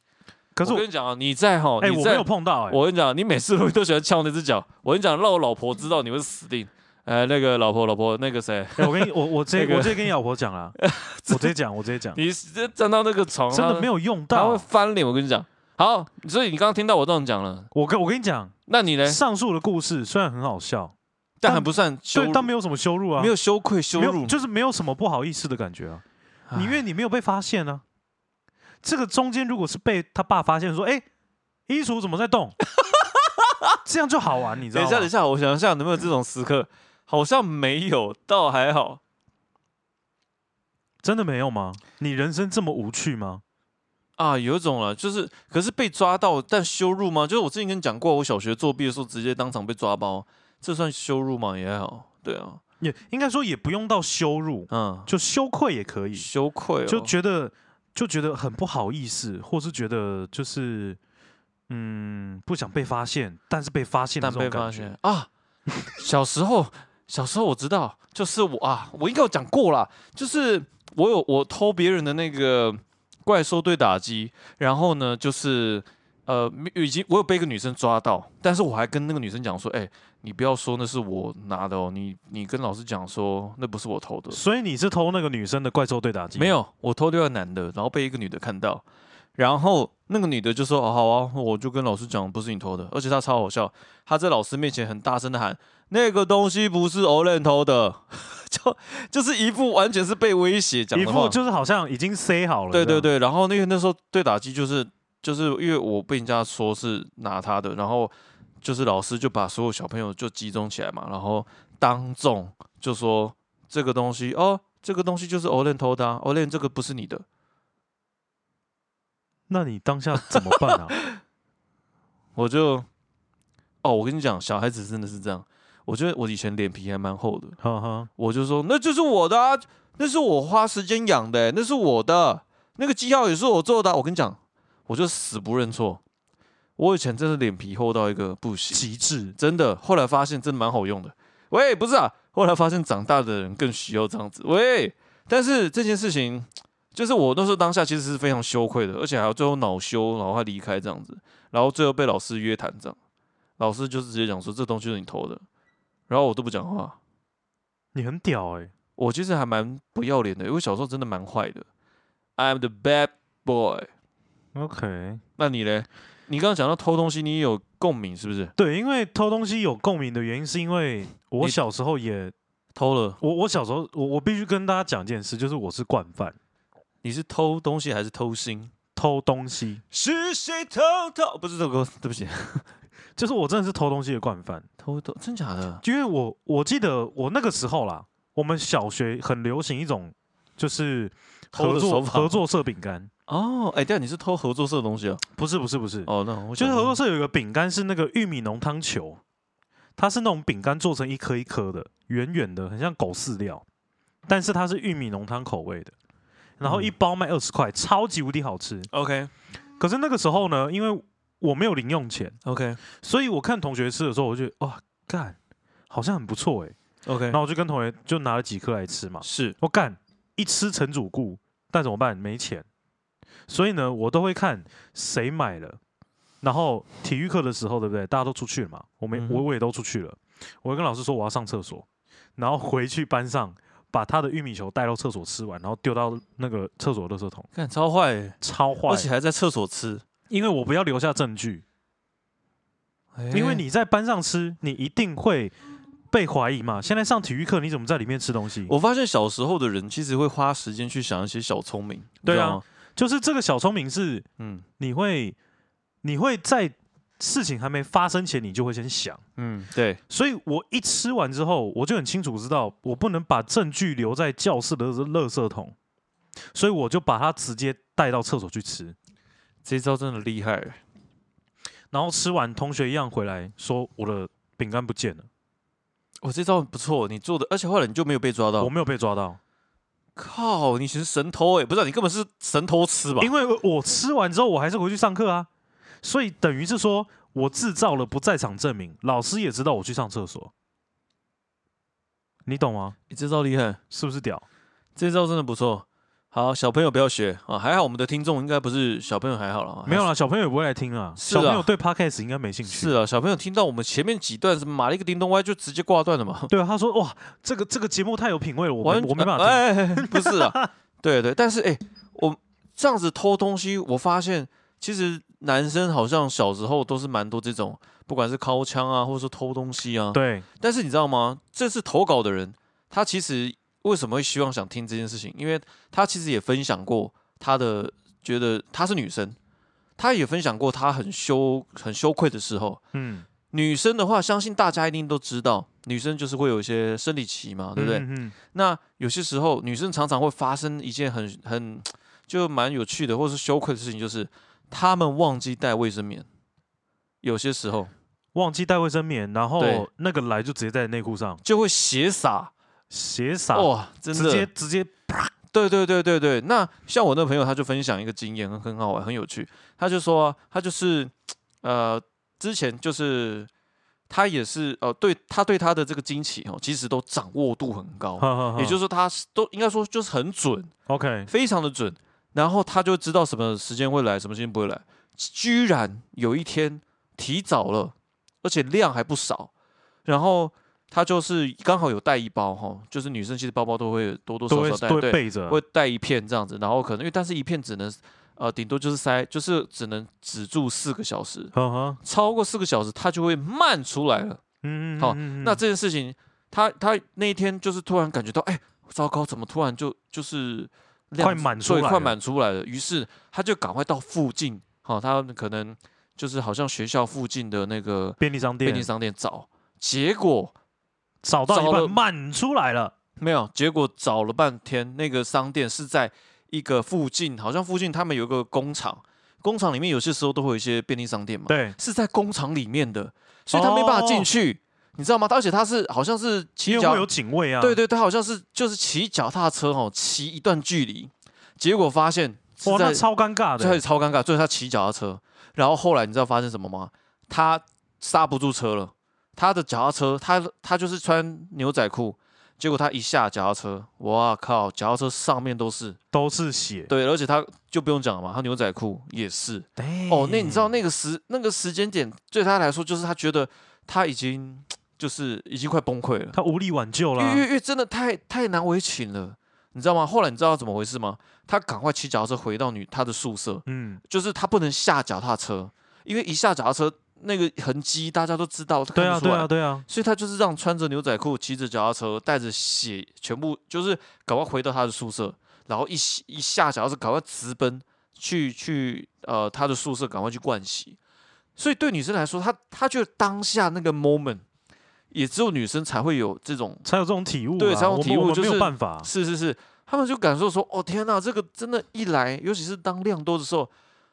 [SPEAKER 1] 可是
[SPEAKER 2] 我
[SPEAKER 1] 我
[SPEAKER 2] 跟你讲啊，你在哈，
[SPEAKER 1] 哎，
[SPEAKER 2] 你
[SPEAKER 1] 我没
[SPEAKER 2] 在
[SPEAKER 1] 有碰到哎，
[SPEAKER 2] 我跟你讲，你每次都喜欢翘那只脚。我跟你讲，让我老婆知道你会死定。哎，那个老婆，老婆，那个谁，
[SPEAKER 1] 哎我跟你我我直接
[SPEAKER 2] 那个
[SPEAKER 1] 我直接跟你老婆讲 啦，我直接讲我直接讲，
[SPEAKER 2] 你直接站到那个床，
[SPEAKER 1] 真的没
[SPEAKER 2] 有，
[SPEAKER 1] 有用
[SPEAKER 2] 他会
[SPEAKER 1] 到。
[SPEAKER 2] 翻脸。我跟你讲，好，所以你刚刚听到我这样讲了，哎
[SPEAKER 1] 我跟我跟你讲，
[SPEAKER 2] 那你呢？
[SPEAKER 1] 上述的故事虽然很好笑，
[SPEAKER 2] 但
[SPEAKER 1] 但
[SPEAKER 2] 还不算羞
[SPEAKER 1] 对，
[SPEAKER 2] 辱，
[SPEAKER 1] 但没有什么羞辱啊，
[SPEAKER 2] 没有羞愧羞
[SPEAKER 1] 没有
[SPEAKER 2] 辱，
[SPEAKER 1] 就是没有什么不好意思的感觉啊。
[SPEAKER 2] 唉
[SPEAKER 1] 你因为你没有被发现啊。这个中间如果是被他爸发现说，哎、衣橱怎么在动？ 这样就好玩，你知
[SPEAKER 2] 等
[SPEAKER 1] 道
[SPEAKER 2] 一
[SPEAKER 1] 吗？
[SPEAKER 2] 下等一下，我想一下，有没有这种时刻？好像没有，倒还好。
[SPEAKER 1] 真的没有吗？你人生这么无趣吗？
[SPEAKER 2] 啊，有一种了，就是可是被抓到，但羞辱吗？就是我之前跟你讲过，我小学作弊的时候直接当场被抓包，这算羞辱吗？也还好，对啊，
[SPEAKER 1] 也应该说也不用到羞辱，
[SPEAKER 2] 嗯，
[SPEAKER 1] 就羞愧也可以，
[SPEAKER 2] 羞愧、哦，
[SPEAKER 1] 就觉得就觉得很不好意思，或是觉得就是嗯不想被发现，但是被发现的
[SPEAKER 2] 但
[SPEAKER 1] 这种
[SPEAKER 2] 被
[SPEAKER 1] 感
[SPEAKER 2] 发
[SPEAKER 1] 觉
[SPEAKER 2] 现。啊，小时候，小时候我知道，就是我啊，我应该有讲过啦，就是我有我偷别人的那个怪兽对打机，然后呢，就是呃，已经我有被一个女生抓到，但是我还跟那个女生讲说，哎、你不要说那是我拿的哦，你你跟老师讲说那不是我偷的，
[SPEAKER 1] 所以你是偷那个女生的怪兽对打机？
[SPEAKER 2] 没，有，我偷掉个男的，然后被一个女的看到，然后那个女的就说：“哦，好啊，我就跟老师讲不是你偷的。”而且她超好笑，她在老师面前很大声的喊：“那个东西不是 Olen 偷的。” 就就是一副完全是被威胁讲
[SPEAKER 1] 一
[SPEAKER 2] 的话
[SPEAKER 1] 副。就是好像已经塞好了。
[SPEAKER 2] 对对
[SPEAKER 1] 这样，
[SPEAKER 2] 对，然后那个那时候对打机就是就是因为我被人家说是拿他的，然后就是老师就把所有小朋友就集中起来嘛，然后当众就说这个东西哦，这个东西就是 Olen 偷的、啊、，Olen 这个不是你的，
[SPEAKER 1] 那你当下怎么办 啊？
[SPEAKER 2] 我就哦，我跟你讲，小孩子真的是这样。我觉得我以前脸皮还蛮厚的，
[SPEAKER 1] 哈哈，
[SPEAKER 2] 我就说那就是我的、啊，那是我花时间养的欸、那是我的，那个记号也是我做的啊、我跟你讲，我就死不认错。我以前真的脸皮厚到一个不行，
[SPEAKER 1] 极致。
[SPEAKER 2] 真的。后来发现真的蛮好用的。喂，不是啊，后来发现长大的人更需要这样子。喂，但是这件事情，就是我那时候当下其实是非常羞愧的，而且还有最后恼羞，然后还离开这样子，然后最后被老师约谈这样，老师就是直接讲说这东西是你偷的，然后我都不讲话。
[SPEAKER 1] 你很屌哎、
[SPEAKER 2] 我其实还蛮不要脸的，因为小时候真的蛮坏的。I'm the bad boy。
[SPEAKER 1] OK，
[SPEAKER 2] 那你嘞？你刚刚讲到偷东西，你也有共鸣是不是？
[SPEAKER 1] 对，因为偷东西有共鸣的原因，是因为我
[SPEAKER 2] 你
[SPEAKER 1] 小时候也，
[SPEAKER 2] 偷了，
[SPEAKER 1] 我我小时候，我我必须跟大家讲一件事，就是我是惯犯，
[SPEAKER 2] 你是偷东西还是偷心？
[SPEAKER 1] 偷东西，
[SPEAKER 2] 是谁偷偷？不是这首歌，对不起，
[SPEAKER 1] 就是我真的是偷东西的惯犯，
[SPEAKER 2] 偷偷，真假的？
[SPEAKER 1] 因为我我记得我那个时候啦，我们小学很流行一种就是
[SPEAKER 2] 偷
[SPEAKER 1] 合
[SPEAKER 2] 的手
[SPEAKER 1] 作
[SPEAKER 2] 法
[SPEAKER 1] 合作社饼干，
[SPEAKER 2] 哦，哎，对啊，你是偷合作社的东西啊？
[SPEAKER 1] 不是不是不是，
[SPEAKER 2] 哦，那我
[SPEAKER 1] 就是合作
[SPEAKER 2] 社，
[SPEAKER 1] 社有一个饼干是那个玉米浓汤球，它是那种饼干做成一颗一颗的，圆圆的，很像狗饲料，但是它是玉米浓汤口味的，然后一包卖二十块，超级无敌好吃。
[SPEAKER 2] OK
[SPEAKER 1] 可是那个时候呢，因为我没有零用钱，
[SPEAKER 2] OK
[SPEAKER 1] 所以我看同学吃的时候，我就觉得哇，干，好像很不错诶。
[SPEAKER 2] OK，
[SPEAKER 1] 然后我就跟同学就拿了几颗来吃嘛，
[SPEAKER 2] 是
[SPEAKER 1] 我干一吃成主顾，但怎么办？没钱，所以呢，我都会看谁买了。然后体育课的时候，对不对？大家都出去了嘛，我们
[SPEAKER 2] 嗯哼
[SPEAKER 1] 我我也都出去了。我会跟老师说我要上厕所，然后回去班上把他的玉米球带到厕所吃完，然后丢到那个厕所垃圾桶，
[SPEAKER 2] 看超坏欸，
[SPEAKER 1] 超坏
[SPEAKER 2] 而。且还在厕所吃，
[SPEAKER 1] 因为我不要留下证据，因为
[SPEAKER 2] 哎
[SPEAKER 1] 你在班上吃，你一定会被怀疑嘛。现在上体育课，你怎么在里面吃东西？
[SPEAKER 2] 我发现小时候的人其实会花时间去想一些小聪明，你
[SPEAKER 1] 对啊
[SPEAKER 2] 知道吗，
[SPEAKER 1] 就是这个小聪明是
[SPEAKER 2] 嗯
[SPEAKER 1] 你会你会在事情还没发生前，你就会先想。
[SPEAKER 2] 嗯，对，
[SPEAKER 1] 所以我一吃完之后，我就很清楚知道，我不能把证据留在教室的垃圾桶，所以我就把它直接带到厕所去吃。
[SPEAKER 2] 这招真的厉害欸，
[SPEAKER 1] 然后吃完，同学一样回来说我的饼干不见了，
[SPEAKER 2] 我哦这招很不错，你做的，而且后来你就没有被抓
[SPEAKER 1] 我
[SPEAKER 2] 到，
[SPEAKER 1] 没有被抓到，
[SPEAKER 2] 靠，你其实神偷哎，不是啊你根本是神偷吃吧？
[SPEAKER 1] 因为我吃完之后我还是回去上课啊，所以等于是说我制造了不在场证明，老师也知道我去上厕所，你懂吗？
[SPEAKER 2] 你这招厉害。
[SPEAKER 1] 是不是屌？
[SPEAKER 2] 这招真的不错。好，小朋友不要学啊！还好我们的听众应该不是小朋友，还好了，啊
[SPEAKER 1] 没有
[SPEAKER 2] 了。
[SPEAKER 1] 啦，小朋友也不会来听啊。
[SPEAKER 2] 是啊
[SPEAKER 1] 小朋友对 podcast 应该没兴趣。
[SPEAKER 2] 是啊，小朋友听到我们前面几段什么马了一个叮咚歪就直接挂断了嘛，
[SPEAKER 1] 对啊，他说哇，这个这个节目太有品 味了，我
[SPEAKER 2] 完
[SPEAKER 1] 没我没办法听。
[SPEAKER 2] 哎，哎哎不是啊，对对，但是哎、我这样子偷东西，我发现其实男生好像小时候都是蛮多这种，不管是掏枪啊，或者说偷东西啊。。
[SPEAKER 1] 对，
[SPEAKER 2] 但是你知道吗？这次投稿的人，他其实为什么会希望想听这件事情？因为他其实也分享过他的，觉得她是女生，她也分享过她很羞很羞愧的时候。
[SPEAKER 1] 嗯，
[SPEAKER 2] 女生的话，相信大家一定都知道，女生就是会有一些生理期嘛，对不对？
[SPEAKER 1] 嗯？嗯
[SPEAKER 2] 那有些时候，女生常常会发生一件很很就蛮有趣的，或是羞愧的事情，就是她们忘记带卫生棉。有些时候
[SPEAKER 1] 忘记带卫生棉，然
[SPEAKER 2] 对
[SPEAKER 1] 后那个来就直接在内裤上
[SPEAKER 2] 就会斜撒，
[SPEAKER 1] 斜
[SPEAKER 2] 哇、
[SPEAKER 1] 撒，
[SPEAKER 2] 真的，
[SPEAKER 1] 直接直接，
[SPEAKER 2] 对对对对对。那像我那个朋友，他就分享一个经验，很很好玩，很有趣。他就说、啊，他就是呃，之前就是他也是呃，对他对他的这个经期哦，其实都掌握度很高，也就是
[SPEAKER 1] 是
[SPEAKER 2] 说他是都应该说就是很准，
[SPEAKER 1] OK，
[SPEAKER 2] 非常的准，然后他就知道什么时间会来，什么时间不会来。居然有一天提早了，而且量还不少，然后他就是刚好有带一包哈，就是女生其实包包都会多多
[SPEAKER 1] 都
[SPEAKER 2] 少
[SPEAKER 1] 会
[SPEAKER 2] 少带
[SPEAKER 1] 都会
[SPEAKER 2] 对，
[SPEAKER 1] 备着，
[SPEAKER 2] 会带一片这样子，然后可能因为但是一片只能呃顶多就是塞，就是只能止住四个小时，
[SPEAKER 1] 呵呵，
[SPEAKER 2] 超过四个小时它就会漫出来了。
[SPEAKER 1] 嗯，
[SPEAKER 2] 好
[SPEAKER 1] 嗯
[SPEAKER 2] 那这件事情，他他那一天就是突然感觉到，哎，糟糕，怎么突然就就是量
[SPEAKER 1] 快满出
[SPEAKER 2] 对
[SPEAKER 1] 来
[SPEAKER 2] 快
[SPEAKER 1] 了
[SPEAKER 2] 满出来了。于是他就赶快到附近，好、他可能就是好像学校附近的那个
[SPEAKER 1] 便利商店
[SPEAKER 2] 便利商店找，结果
[SPEAKER 1] 找到
[SPEAKER 2] 找
[SPEAKER 1] 一
[SPEAKER 2] 了
[SPEAKER 1] 半满出来了，
[SPEAKER 2] 没有，结果找了半天，那个商店是在一个附近，好像附近他们有一个工厂，工厂里面有些时候都会有一些便利商店嘛，
[SPEAKER 1] 对，
[SPEAKER 2] 是在工厂里面的，所以他没办法进
[SPEAKER 1] 哦
[SPEAKER 2] 去。你知道吗？而且他是好像是
[SPEAKER 1] 因
[SPEAKER 2] 骑
[SPEAKER 1] 为
[SPEAKER 2] 脚
[SPEAKER 1] 会有警卫啊，
[SPEAKER 2] 对，对，他好像是就是骑脚踏车哦，骑一段距离，结果发现是
[SPEAKER 1] 哇，
[SPEAKER 2] 在
[SPEAKER 1] 那超尴尬
[SPEAKER 2] 最开
[SPEAKER 1] 的
[SPEAKER 2] 始，超尴尬，最后他骑脚踏车，然后后来你知道发生什么吗？他刹不住车了，他的脚踏车，他他就是穿牛仔裤，结果他一下脚踏车，哇靠，脚踏车上面都是，
[SPEAKER 1] 都是血，
[SPEAKER 2] 对，而且他就不用讲了嘛，他牛仔裤也是，
[SPEAKER 1] 嗯
[SPEAKER 2] 哦，那你知道那个时那个时间点对他来说，就是他觉得他已经就是已经快崩溃了。
[SPEAKER 1] 他无力挽救了啊
[SPEAKER 2] 因，为因为真的太太难为情了，你知道吗？后来你知道怎么回事吗？他赶快骑脚踏车回到女她的宿舍，
[SPEAKER 1] 嗯，
[SPEAKER 2] 就是他不能下脚踏车，因为一下脚踏车那个痕迹大家都知道，
[SPEAKER 1] 对
[SPEAKER 2] 看
[SPEAKER 1] 啊，
[SPEAKER 2] 不出
[SPEAKER 1] 对
[SPEAKER 2] 来。
[SPEAKER 1] 啊，对啊，
[SPEAKER 2] 所以他就是让穿着牛仔裤、骑着脚踏车、带着血，全部就是赶快回到他的宿舍，然后一洗一下脚踏车，赶快直奔去去呃他的宿舍，赶快去灌洗。所以对女生来说，她她觉得当下那个 moment，也只有女生才会有这种
[SPEAKER 1] 才有这种体悟啊，
[SPEAKER 2] 对才有
[SPEAKER 1] 我们
[SPEAKER 2] 体悟
[SPEAKER 1] 我们
[SPEAKER 2] 就
[SPEAKER 1] 没有
[SPEAKER 2] 是
[SPEAKER 1] 办法，
[SPEAKER 2] 是是是，他们就感受说，哦天呐，这个真的，一来，尤其是当量多的时候，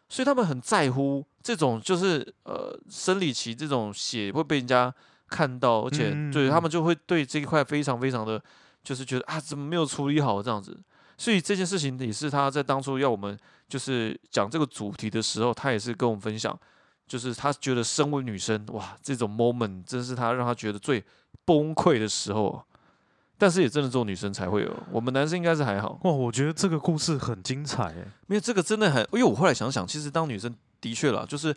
[SPEAKER 2] 所以他们很在乎这种，就是呃，生理期这种血会被人家看到，而且
[SPEAKER 1] 嗯嗯
[SPEAKER 2] 对
[SPEAKER 1] 嗯
[SPEAKER 2] 他们就会对这一块非常非常的，就是觉得啊，怎么没有处理好这样子。所以这件事情也是他在当初要我们就是讲这个主题的时候，他也是跟我们分享，就是他觉得身为女生，哇，这种 moment 真是他让他觉得最崩溃的时候啊。但是也真的只有女生才会有，我们男生应该是还好。
[SPEAKER 1] 哇，我觉得这个故事很精彩欸，
[SPEAKER 2] 没有这个真的很，因为我后来想想，其实当女生的确啦，就是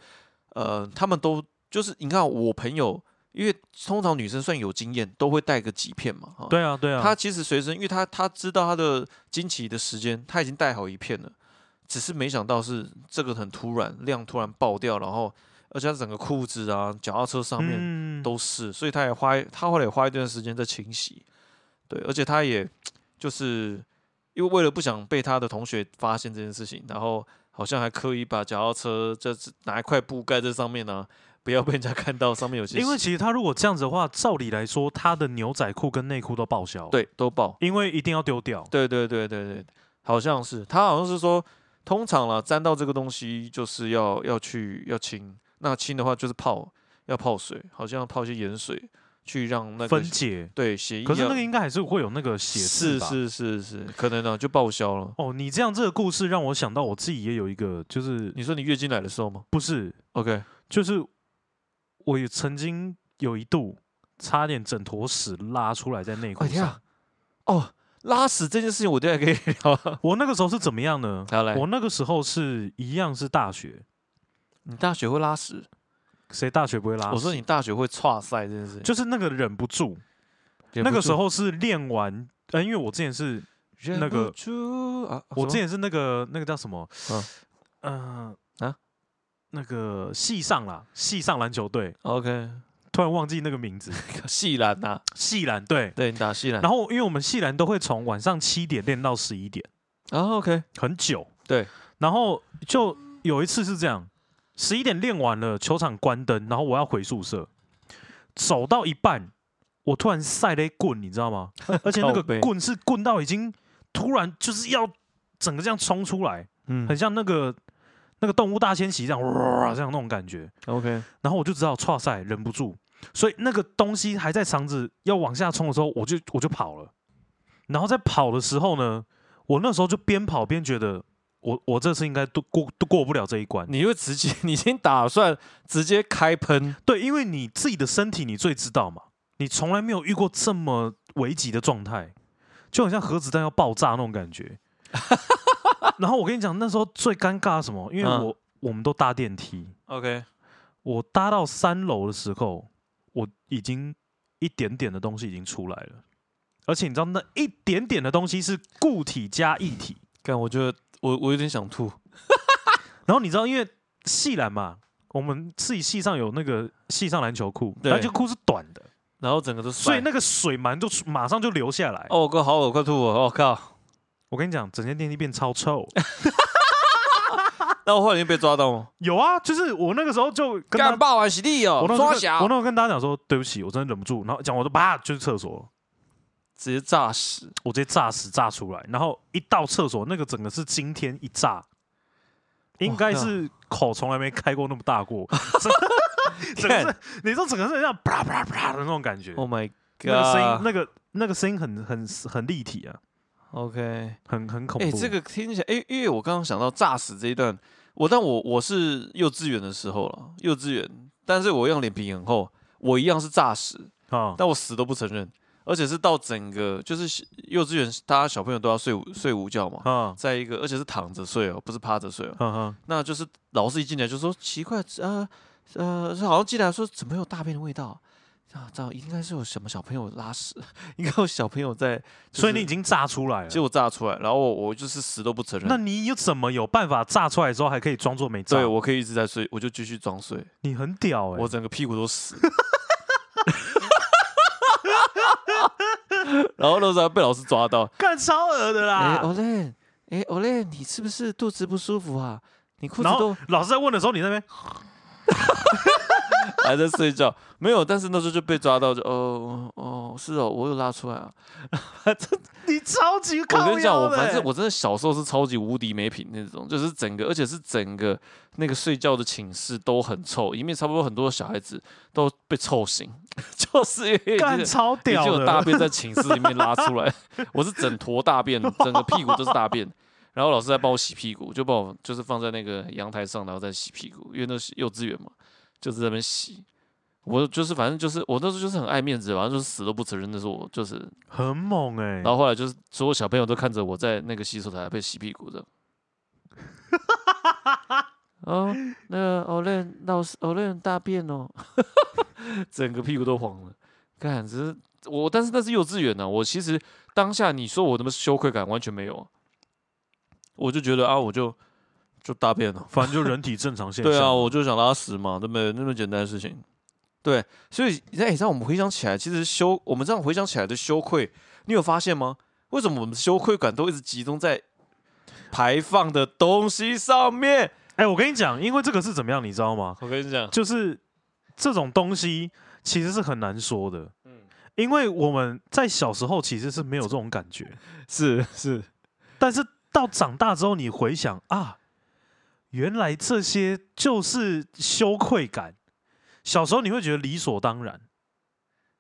[SPEAKER 2] 呃，她们都就是你看我朋友，因为通常女生算有经验，都会带个几片嘛，哈、
[SPEAKER 1] 对啊，对啊，
[SPEAKER 2] 她其实随身，因为她她知道她的经期的时间，她已经带好一片了，只是没想到是这个很突然，量突然爆掉，然后而且她整个裤子啊、脚踏车
[SPEAKER 1] 嗯
[SPEAKER 2] 上面
[SPEAKER 1] 面
[SPEAKER 2] 都是，所以她也花她后来也花一段时间在清洗，对，而且她也就是因为为了不想被她的同学发现这件事情，然后好像还刻意把脚踏车这拿一块布盖在上面呢、不要被人家看到上面有些
[SPEAKER 1] 因为其实他如果这样子的话，照理来说，他的牛仔裤跟内裤都报销，，
[SPEAKER 2] 对都爆。
[SPEAKER 1] 因为一定要丢掉，
[SPEAKER 2] 对对对对对，好像是他好像是说，通常啦，沾到这个东西就是要要去要清，那清的话就是泡，要泡水，好像要泡一些盐水去让那个
[SPEAKER 1] 分解。
[SPEAKER 2] 对血液要。
[SPEAKER 1] 可是那个应该还是会有那个血
[SPEAKER 2] 是
[SPEAKER 1] 渍吧？
[SPEAKER 2] 是是是，可能啊呢就报销了。
[SPEAKER 1] 哦，你这样这个故事让我想到我自己也有一个，就是
[SPEAKER 2] 你说你月经来的时候吗
[SPEAKER 1] 不是
[SPEAKER 2] ？OK，
[SPEAKER 1] 就是我也曾经有一度差点整坨屎拉出来在内裤
[SPEAKER 2] 哎
[SPEAKER 1] 上。
[SPEAKER 2] 呀，哦，拉屎这件事情我等一下可以 聊。
[SPEAKER 1] 我那个时候是怎么样呢？
[SPEAKER 2] 好来，
[SPEAKER 1] 我那个时候是一样是大学，
[SPEAKER 2] 你大学会拉屎？
[SPEAKER 1] 谁大学不会拉屎？
[SPEAKER 2] 我说你大学会岔赛这件事情，
[SPEAKER 1] 就是那个忍不住，
[SPEAKER 2] 忍
[SPEAKER 1] 那
[SPEAKER 2] 不
[SPEAKER 1] 个
[SPEAKER 2] 住
[SPEAKER 1] 时候是练完，呃，因为我之前是
[SPEAKER 2] 忍
[SPEAKER 1] 那
[SPEAKER 2] 不
[SPEAKER 1] 个
[SPEAKER 2] 住啊，啊
[SPEAKER 1] 我
[SPEAKER 2] 什么
[SPEAKER 1] 之前是那个那个叫什么，
[SPEAKER 2] 嗯
[SPEAKER 1] 嗯、
[SPEAKER 2] 啊
[SPEAKER 1] 那个系上啦，系上篮球队，
[SPEAKER 2] OK，
[SPEAKER 1] 突然忘记那个名字，
[SPEAKER 2] 细篮呐，
[SPEAKER 1] 系篮队。
[SPEAKER 2] 对你打细篮。
[SPEAKER 1] 然后因为我们系篮都会从晚上七点练到十一点，
[SPEAKER 2] 然
[SPEAKER 1] 啊
[SPEAKER 2] 后 OK，
[SPEAKER 1] 很久。
[SPEAKER 2] 对，
[SPEAKER 1] 然后就有一次是这样，十一点练完了，球场关灯，然后我要回宿舍，走到一半，我突然塞了一棍，你知 道吗？ 而且那
[SPEAKER 2] 靠
[SPEAKER 1] 个
[SPEAKER 2] 背
[SPEAKER 1] 棍是棍到已经突然就是要整个这样冲出来，
[SPEAKER 2] 嗯
[SPEAKER 1] 很像那个那个动物大迁徙这样，哇这样那种感觉。
[SPEAKER 2] ，OK，
[SPEAKER 1] 然后我就知道，哇塞，忍不住，所以那个东西还在肠子要往下冲的时候，我就我就跑了。然后在跑的时候呢，我那时候就边跑边觉得，我我这次应该都过都过不了这一关。
[SPEAKER 2] 你会直接，你已经打算直接开喷，
[SPEAKER 1] 对，因为你自己的身体你最知道嘛，你从来没有遇过这么危急的状态，就很像核子弹要爆炸那种感觉。然后我跟你讲，那时候最尴尬是什么？因为
[SPEAKER 2] 嗯
[SPEAKER 1] 我、我们都搭电梯，
[SPEAKER 2] OK，
[SPEAKER 1] 我搭到三楼的时候，我已经一点点的东西已经出来了，而且你知道那一点点的东西是固体加液体，
[SPEAKER 2] 干，我觉得我我有点想吐，
[SPEAKER 1] 然后你知道因为系篮嘛，我们自己系上有那个系上篮球裤，
[SPEAKER 2] 对
[SPEAKER 1] 篮球裤是短的，
[SPEAKER 2] 然后整个都
[SPEAKER 1] 所
[SPEAKER 2] 甩
[SPEAKER 1] 以那个水蛮就马上就流下来。
[SPEAKER 2] 哦，我哥好恶，我快吐了，我、 靠！
[SPEAKER 1] 我跟你讲，整间电梯变超臭。
[SPEAKER 2] 那我后来已经被抓到吗？
[SPEAKER 1] 有啊，就是我那个时候就跟他
[SPEAKER 2] 干霸王洗地哦
[SPEAKER 1] 我，那时候
[SPEAKER 2] 抓
[SPEAKER 1] 跟
[SPEAKER 2] 小
[SPEAKER 1] 我那，时候跟大家讲说，对不起，我真的忍不住，然后讲我就啪就去厕所了。
[SPEAKER 2] 直接炸死。
[SPEAKER 1] 我直接炸死炸出来，然后一到厕所，那个整个是惊天一炸，应该是口从来没开过那么大 过，整个整个是，你知道整个是像啪啦啪啦啪啦的那种感觉，
[SPEAKER 2] Oh my god！
[SPEAKER 1] 那个声音，那个那个声音很很很立体啊，
[SPEAKER 2] OK，哎、
[SPEAKER 1] 很很恐怖。
[SPEAKER 2] 这个听起来，哎、因为我刚刚想到炸死这一段，我但我我是幼稚园的时候了，幼稚园，但是我一样脸皮很厚，我一样是炸死，
[SPEAKER 1] 啊，
[SPEAKER 2] 但我死都不承认，而且是到整个就是幼稚园，大家小朋友都要睡午睡午觉嘛，
[SPEAKER 1] 啊
[SPEAKER 2] 再一个，而且是躺着睡哦，不是趴着睡哦。
[SPEAKER 1] 啊啊！
[SPEAKER 2] 那就是老师一进来就说奇怪，呃呃，好像进来说怎么有大便的味道啊？这样应该是有什么小朋友拉屎，应该有小朋友在，就是
[SPEAKER 1] 所以你已经炸出来
[SPEAKER 2] 结
[SPEAKER 1] 了，
[SPEAKER 2] 果炸出来，然后我我就是死都不承认。
[SPEAKER 1] 那你有怎么有办法炸出来之后还可以装作没炸
[SPEAKER 2] 对？我可以一直在睡，我就继续装睡，
[SPEAKER 1] 你很屌哎
[SPEAKER 2] 我！整个屁股都湿。 然后那时候还被老师抓到，
[SPEAKER 1] 干超额的
[SPEAKER 2] 哎
[SPEAKER 1] 啦。
[SPEAKER 2] ，Olen，哎，Olen，你是不是肚子不舒服啊？你裤子
[SPEAKER 1] 然
[SPEAKER 2] 都
[SPEAKER 1] 后老师在问的时候，你在那边
[SPEAKER 2] 还在睡觉，没有，但是那时候就被抓到，就哦哦，是哦，我有拉出来啊。
[SPEAKER 1] 你超级靠
[SPEAKER 2] 我跟你讲，我
[SPEAKER 1] 腰的
[SPEAKER 2] 反正
[SPEAKER 1] 欸
[SPEAKER 2] 我真的小时候是超级无敌没品那种，就是整个，而且是整个那个睡觉的寝室都很臭，里面差不多很多小孩子都被臭醒， 就是因为这
[SPEAKER 1] 干
[SPEAKER 2] 个
[SPEAKER 1] 超
[SPEAKER 2] 已
[SPEAKER 1] 屌
[SPEAKER 2] 经
[SPEAKER 1] 的，
[SPEAKER 2] 有大便在寝室里面拉出 来，我是整坨大便，整个屁股都是大便。然后老师在帮我洗屁股，就帮我就是放在那个阳台上，然后再洗屁股，因为那是幼稚园嘛，就是在那边洗。我就是反正就是我那时候就是很爱面子，反正就是死都不承认那是我就是。
[SPEAKER 1] 很猛哎、
[SPEAKER 2] 然后后来就是所有小朋友都看着我在那个洗手台被洗屁股的。哦，那个欧练老师，欧练大便哦， 整个屁股都黄了。看，只是我，但是那是幼稚园呢、啊我其实当下你说我那么羞愧感完全没有啊，我就觉得啊，我就就大便了。
[SPEAKER 1] 反正就人体正常现象。
[SPEAKER 2] 对啊，我就想拉屎嘛，对不对？那么简单的事情。对，所以哎，让我们回想起来，其实羞，我们这样回想起来的羞愧，你有发现吗？为什么我们羞愧感都一直集中在排放的东西上面？
[SPEAKER 1] 哎、我跟你讲，因为这个是怎么样，你知道吗？
[SPEAKER 2] 我跟你讲，
[SPEAKER 1] 就是这种东西其实是很难说的，
[SPEAKER 2] 嗯，
[SPEAKER 1] 因为我们在小时候其实是没有这种感觉，
[SPEAKER 2] 是是，
[SPEAKER 1] 但是到长大之后，你回想啊，原来这些就是羞愧感。小时候你会觉得理所当然，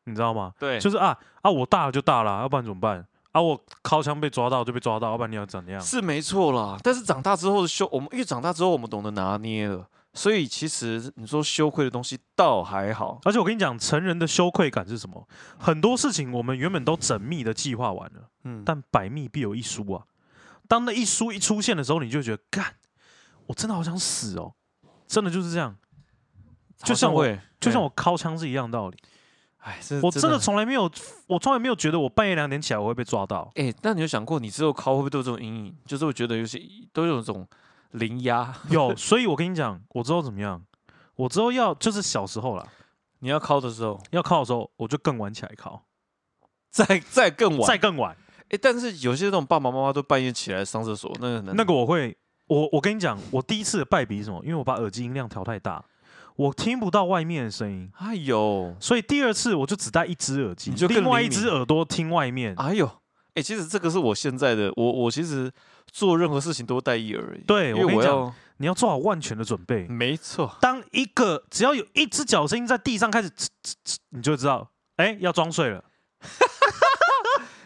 [SPEAKER 1] 你知道吗？
[SPEAKER 2] 对，
[SPEAKER 1] 就是啊啊，我大了就大了，要不然怎么办？啊，我靠枪被抓到就被抓到，要不然你要怎样？
[SPEAKER 2] 是没错啦。但是长大之后的羞，我们因为长大之后我们懂得拿捏了，所以其实你说羞愧的东西倒还好。
[SPEAKER 1] 而且我跟你讲，成人的羞愧感是什么？很多事情我们原本都缜密的计划完了，
[SPEAKER 2] 嗯，
[SPEAKER 1] 但百密必有一疏啊。当那一疏一出现的时候，你就觉得干，我真的好想死哦，真的就是这样，就像我
[SPEAKER 2] 好会，
[SPEAKER 1] 就像我掏枪是一样道理。
[SPEAKER 2] 哎，这
[SPEAKER 1] 我真的从来没有，我从来没有觉得我半夜两点起来 我会被抓到。
[SPEAKER 2] 哎、那你有想过，你之后考会不会都有这种阴影？就是会觉得有些都有一种零压，
[SPEAKER 1] 有，所以我跟你讲，我之后怎么样？我之后要就是小时候啦，
[SPEAKER 2] 你要敲的时候
[SPEAKER 1] 要靠的时候，我就更晚起来靠，
[SPEAKER 2] 再再更晚。
[SPEAKER 1] 再更晚。
[SPEAKER 2] 哎，但是有些那种爸爸妈妈都半夜起来上厕所，那个很难。
[SPEAKER 1] 那个我会，我我跟你讲，我第一次的败笔是什么？因为我把耳机音量调太大，我听不到外面的声音，
[SPEAKER 2] 哎呦，
[SPEAKER 1] 所以第二次我就只戴一只耳机，
[SPEAKER 2] 你就更
[SPEAKER 1] 另外
[SPEAKER 2] 灵
[SPEAKER 1] 一只
[SPEAKER 2] 敏
[SPEAKER 1] 耳朵听外面。
[SPEAKER 2] 哎呦，哎，其实这个是我现在的我，我其实做任何事情都戴一耳而已。
[SPEAKER 1] 对
[SPEAKER 2] 因
[SPEAKER 1] 我
[SPEAKER 2] 为
[SPEAKER 1] 跟你
[SPEAKER 2] 我
[SPEAKER 1] 讲
[SPEAKER 2] 要，
[SPEAKER 1] 你要做好万全的准备。
[SPEAKER 2] 没错，
[SPEAKER 1] 当一个只要有一只脚声音在地上开始嘖，嘖嘖你就会知道，哎、要装睡了，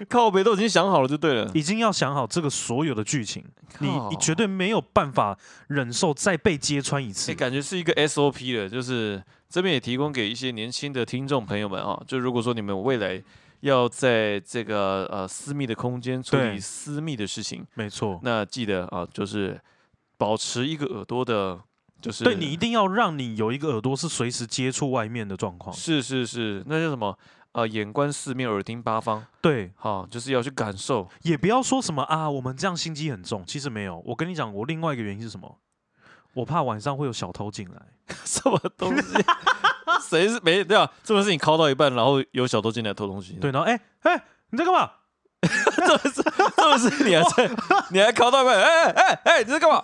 [SPEAKER 2] 靠北都已经想好了就对了。
[SPEAKER 1] 已经要想好这个所有的剧情，你你
[SPEAKER 2] 靠
[SPEAKER 1] 绝对没有办法忍受再被揭穿一
[SPEAKER 2] 这
[SPEAKER 1] 次。
[SPEAKER 2] 哎感觉是一个 SOP 的，就是这边也提供给一些年轻的听众朋友们啊，就如果说你们未来要在这个呃私密的空间处
[SPEAKER 1] 对
[SPEAKER 2] 理私密的事情，
[SPEAKER 1] 没错，
[SPEAKER 2] 那记得啊，就是保持一个耳朵的，就是
[SPEAKER 1] 对你一定要让你有一个耳朵是随时接触外面的状况。
[SPEAKER 2] 是是是，那叫什么？呃，眼观四面，耳听八方，
[SPEAKER 1] 对，
[SPEAKER 2] 好、就是要去感 受。
[SPEAKER 1] 也不要说什么啊，我们这样心机很重。其实没有，我跟你讲，我另外一个原因是什么？我怕晚上会有小偷进来。
[SPEAKER 2] 什么东 西？谁是没对啊？这种事情敲到一半，然后有小偷进来偷东西，，
[SPEAKER 1] 对，然后哎哎、你在干嘛？
[SPEAKER 2] 这种事你还在，你还敲到一半，哎哎哎，你在干嘛？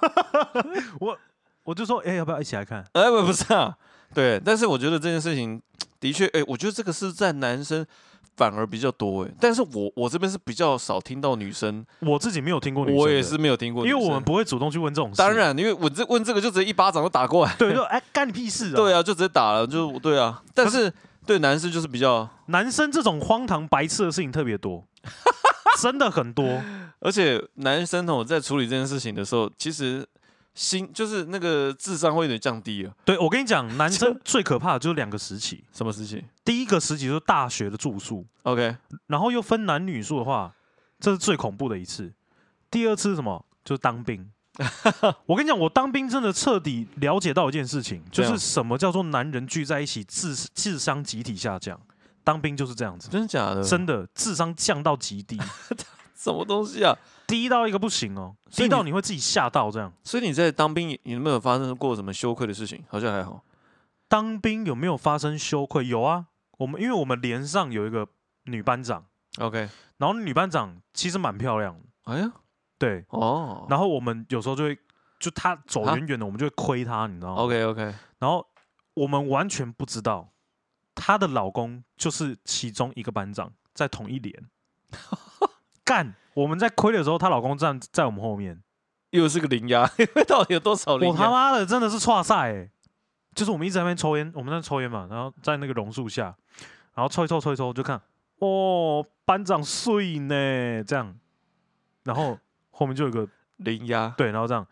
[SPEAKER 1] 我就说哎、要不要一起来看？
[SPEAKER 2] 哎，不不是啊，对，但是我觉得这件事情的确，哎，我觉得这个是在男生反而比较多，哎，但是我我这边是比较少听到女生，
[SPEAKER 1] 我自己没有听过女生的，
[SPEAKER 2] 我也是没有听过
[SPEAKER 1] 因
[SPEAKER 2] 女
[SPEAKER 1] 为
[SPEAKER 2] 生，
[SPEAKER 1] 我们不会主动去问这种事。
[SPEAKER 2] 当，然，因为我这问这个就直接一巴掌就打过来，
[SPEAKER 1] 对，就哎干你屁事啊！
[SPEAKER 2] 对啊，就直接打了，就对啊，但是对男生就是比较，
[SPEAKER 1] 男生这种荒唐白痴的事情特别多， 真的很多。
[SPEAKER 2] 而且男生哦在处理这件事情的时候，其实心就是那个智商会有点降低了，
[SPEAKER 1] 对我跟你讲，男生最可怕的就是两个时期，
[SPEAKER 2] 什么事情
[SPEAKER 1] 第一个时期就是大学的住宿，
[SPEAKER 2] ？OK，
[SPEAKER 1] 然后又分男女宿的话，这是最恐怖的一次。第二次是什么？就是 当兵。我跟你讲，我当兵真的彻底了解到一件事情，就
[SPEAKER 2] 这
[SPEAKER 1] 是
[SPEAKER 2] 样
[SPEAKER 1] 什么叫做男人聚在一起智智商集体下降。当兵就是这样子，
[SPEAKER 2] 真的假的？
[SPEAKER 1] 真的智商降到 极低，
[SPEAKER 2] 什么东西啊？
[SPEAKER 1] 低到一个不行哦，
[SPEAKER 2] 所以
[SPEAKER 1] 低
[SPEAKER 2] 你
[SPEAKER 1] 到你会自己吓到这样。
[SPEAKER 2] 所以你在当兵，你有没有发生过什么羞愧的事情？好像还好。
[SPEAKER 1] 当兵有没有发生羞愧？有啊，我们因为我们连上有一个女班长，
[SPEAKER 2] OK，
[SPEAKER 1] 然后女班长其实蛮漂亮的，
[SPEAKER 2] 哎呀，
[SPEAKER 1] 对。
[SPEAKER 2] 哦
[SPEAKER 1] 然后我们有时候就会，就她走
[SPEAKER 2] 啊
[SPEAKER 1] 远远的，我们就会亏她，你知道吗？
[SPEAKER 2] ，OK OK，
[SPEAKER 1] 然后我们完全不知道她的老公就是其中一个班长，在同一连干。我们在亏的时候，她老公站在我们后面，
[SPEAKER 2] 又是个零压， 到底有多少零
[SPEAKER 1] 我他
[SPEAKER 2] 压？
[SPEAKER 1] 妈的真的是岔赛、欸，就是我们一直在那边抽烟，我们在抽烟嘛，然后在那个榕树下，然后抽一抽抽一抽就看，哦，班长睡呢，这样，然后后面就有一个
[SPEAKER 2] 零压，
[SPEAKER 1] 对，然后这样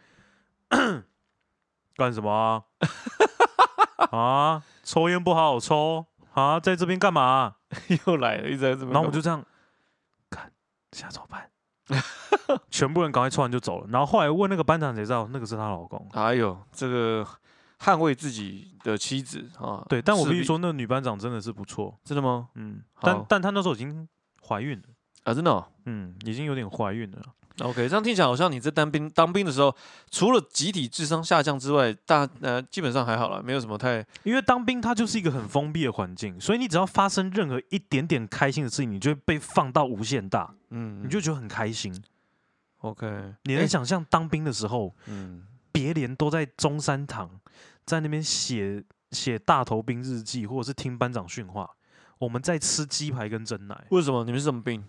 [SPEAKER 1] 干什么啊？ 啊，抽烟不好好抽啊，在这边干嘛、
[SPEAKER 2] 又来了，一直在这边。
[SPEAKER 1] 然后我们就这样，看，现在怎么办？ 全部人赶快抽完就走了。然后后来问那个班长，谁知道那个是她老公。
[SPEAKER 2] 哎呦，这个捍卫自己的妻子啊，
[SPEAKER 1] 对，但我
[SPEAKER 2] 势
[SPEAKER 1] 必须
[SPEAKER 2] 必，
[SPEAKER 1] 说，那个女班长真的是不错，
[SPEAKER 2] 真的吗？
[SPEAKER 1] 嗯，
[SPEAKER 2] 好
[SPEAKER 1] 但但她那时候已经怀孕了，
[SPEAKER 2] 啊，真的哦、
[SPEAKER 1] 嗯，已经有点怀孕了。
[SPEAKER 2] OK，这样听起来好像你在当兵当兵的时候，除了集体智商下降之外，大呃基本上还好了，没有什么太
[SPEAKER 1] 因为当兵它就是一个很封闭的环境，所以你只要发生任何一点点开心的事情，你就会被放到无限大，
[SPEAKER 2] 嗯，
[SPEAKER 1] 你就觉得很开心。
[SPEAKER 2] OK，
[SPEAKER 1] 你
[SPEAKER 2] 哎
[SPEAKER 1] 能想象当兵的时候，
[SPEAKER 2] 嗯，
[SPEAKER 1] 别连都在中山堂，在那边写写大头兵日记，或者是听班长训话，我们在吃鸡排跟蒸奶，
[SPEAKER 2] 为什么你们是什么兵？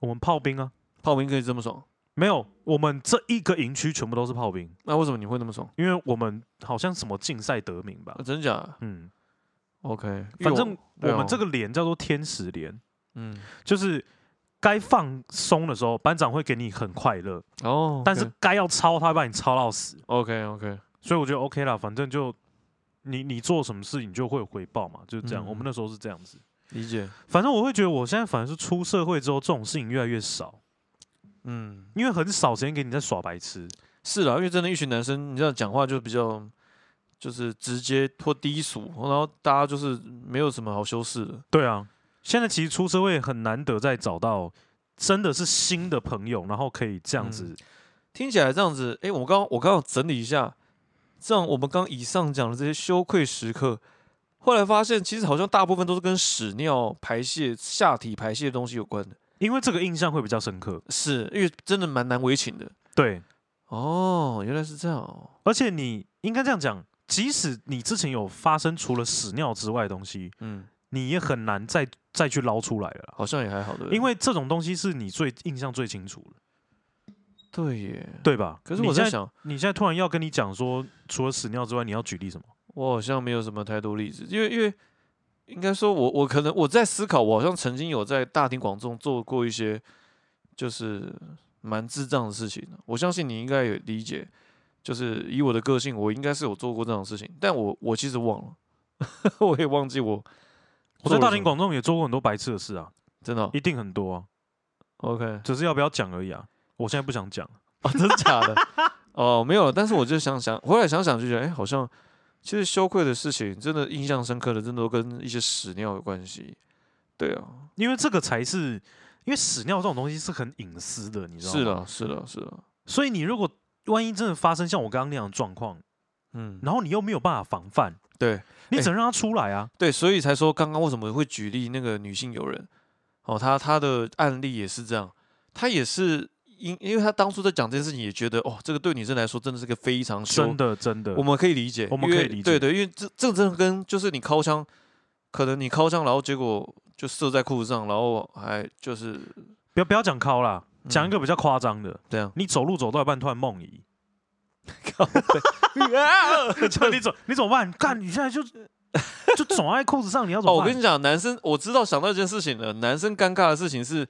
[SPEAKER 1] 我们炮兵啊，
[SPEAKER 2] 炮兵可以这么爽，
[SPEAKER 1] 没有，我们这一个营区全部都是炮兵。
[SPEAKER 2] 那为什么你会那么爽？
[SPEAKER 1] 因为我们好像什么竞赛得名吧
[SPEAKER 2] 啊、，真假的
[SPEAKER 1] 嗯，
[SPEAKER 2] ？OK，因为
[SPEAKER 1] 反正
[SPEAKER 2] 对
[SPEAKER 1] 我
[SPEAKER 2] 啊
[SPEAKER 1] 们这个连叫做天使连，
[SPEAKER 2] 嗯，
[SPEAKER 1] 就是该放松的时候，班长会给你很快乐，
[SPEAKER 2] 哦，
[SPEAKER 1] 但是该要操，他会把你操到死，
[SPEAKER 2] OK OK，
[SPEAKER 1] 所以我觉得 OK 啦，反正就你你做什么事，你就会有回报嘛，就是这样。
[SPEAKER 2] 嗯
[SPEAKER 1] 我们那时候是这样子，
[SPEAKER 2] 理解，
[SPEAKER 1] 反正我会觉得我现在反而是出社会之后，这种事情越来越少，
[SPEAKER 2] 嗯，
[SPEAKER 1] 因为很少时间给你在耍白痴，
[SPEAKER 2] 是啦，因为真的，一群男生，你这样讲话就比较就是直接或低俗，然后大家就是没有什么好修饰的。
[SPEAKER 1] 对啊，现在其实出社会很难得再找到真的是新的朋友，然后可以这样
[SPEAKER 2] 嗯
[SPEAKER 1] 子
[SPEAKER 2] 听起来这样子，诶，我刚我刚好整理一下，这样我们刚以上讲的这些羞愧时刻，后来发现其实好像大部分都是跟屎尿排泄、下体排泄的东西有关的，
[SPEAKER 1] 因为这个印象会比较深刻。
[SPEAKER 2] 是因为真的蛮难为情的。
[SPEAKER 1] 对，
[SPEAKER 2] 哦，原来是这样哦。
[SPEAKER 1] 而且你应该这样讲，即使你之前有发生除了屎尿之外的东西，
[SPEAKER 2] 嗯，
[SPEAKER 1] 你也很难再再去捞出来了啦。
[SPEAKER 2] 好像也还好，对不对？
[SPEAKER 1] 因为这种东西是你最印象最清楚的，
[SPEAKER 2] 对耶。
[SPEAKER 1] 对吧？
[SPEAKER 2] 可是
[SPEAKER 1] 你
[SPEAKER 2] 我在
[SPEAKER 1] 现
[SPEAKER 2] 想，
[SPEAKER 1] 你现在突然要跟你讲说，除了屎尿之外，你要举例什么？
[SPEAKER 2] 我好像没有什么太多例子，因为因为应该说我我可能我在思考，我好像曾经有在大庭广众做过一些就是蛮智障的事情的。我相信你应该也理解，就是以我的个性，我应该是有做过这种事情，但我我其实忘了， 我也忘记我
[SPEAKER 1] 我
[SPEAKER 2] 做
[SPEAKER 1] 在
[SPEAKER 2] 了
[SPEAKER 1] 大
[SPEAKER 2] 什
[SPEAKER 1] 庭
[SPEAKER 2] 么
[SPEAKER 1] 广众也做过很多白痴的事啊，
[SPEAKER 2] 真的哦、
[SPEAKER 1] 一定很多啊，
[SPEAKER 2] OK 啊、
[SPEAKER 1] 只是要不要讲而已啊。我现在不想讲，
[SPEAKER 2] 哦，真的假的？哦，没有，但是我就想想，回来想想就觉得，哎、好像其实羞愧的事情，真的印象深刻的，真的都跟一些屎尿有关系。对啊，
[SPEAKER 1] 因为这个才是，因为屎尿这种东西是很隐私的，你知道吗？
[SPEAKER 2] 是的，是的，是的，
[SPEAKER 1] 所以你如果万一真的发生像我刚刚那样的状况，
[SPEAKER 2] 嗯，
[SPEAKER 1] 然后你又没有办法防范，
[SPEAKER 2] 对
[SPEAKER 1] 你
[SPEAKER 2] 哎
[SPEAKER 1] 只能让它出来啊。
[SPEAKER 2] 对，所以才说刚刚为什么会举例那个女性友人，哦，她她的案例也是这样，她也是因因为她当初在讲这件事情，也觉得哦，这个对女生来说真的是个非常羞
[SPEAKER 1] 真的，真的
[SPEAKER 2] 我，们可以理解，
[SPEAKER 1] 我们
[SPEAKER 2] 因
[SPEAKER 1] 可以
[SPEAKER 2] 为
[SPEAKER 1] 理
[SPEAKER 2] 对
[SPEAKER 1] 解
[SPEAKER 2] 对，因为这这真的跟就是你掏枪，可能你掏枪，然后结果就射在裤子上，然后还就是
[SPEAKER 1] 不要不要讲靠啦，讲一
[SPEAKER 2] 嗯
[SPEAKER 1] 个比较夸张的，，
[SPEAKER 2] 这样
[SPEAKER 1] 你走路走到一半突然梦遗，
[SPEAKER 2] 啊
[SPEAKER 1] 就你怎你怎么办？干，你现在就就总在裤子上，你要怎
[SPEAKER 2] 哦，
[SPEAKER 1] 么
[SPEAKER 2] 我
[SPEAKER 1] 办？
[SPEAKER 2] 跟你讲，男生我知道想到一件事情了，男生尴尬的事情是，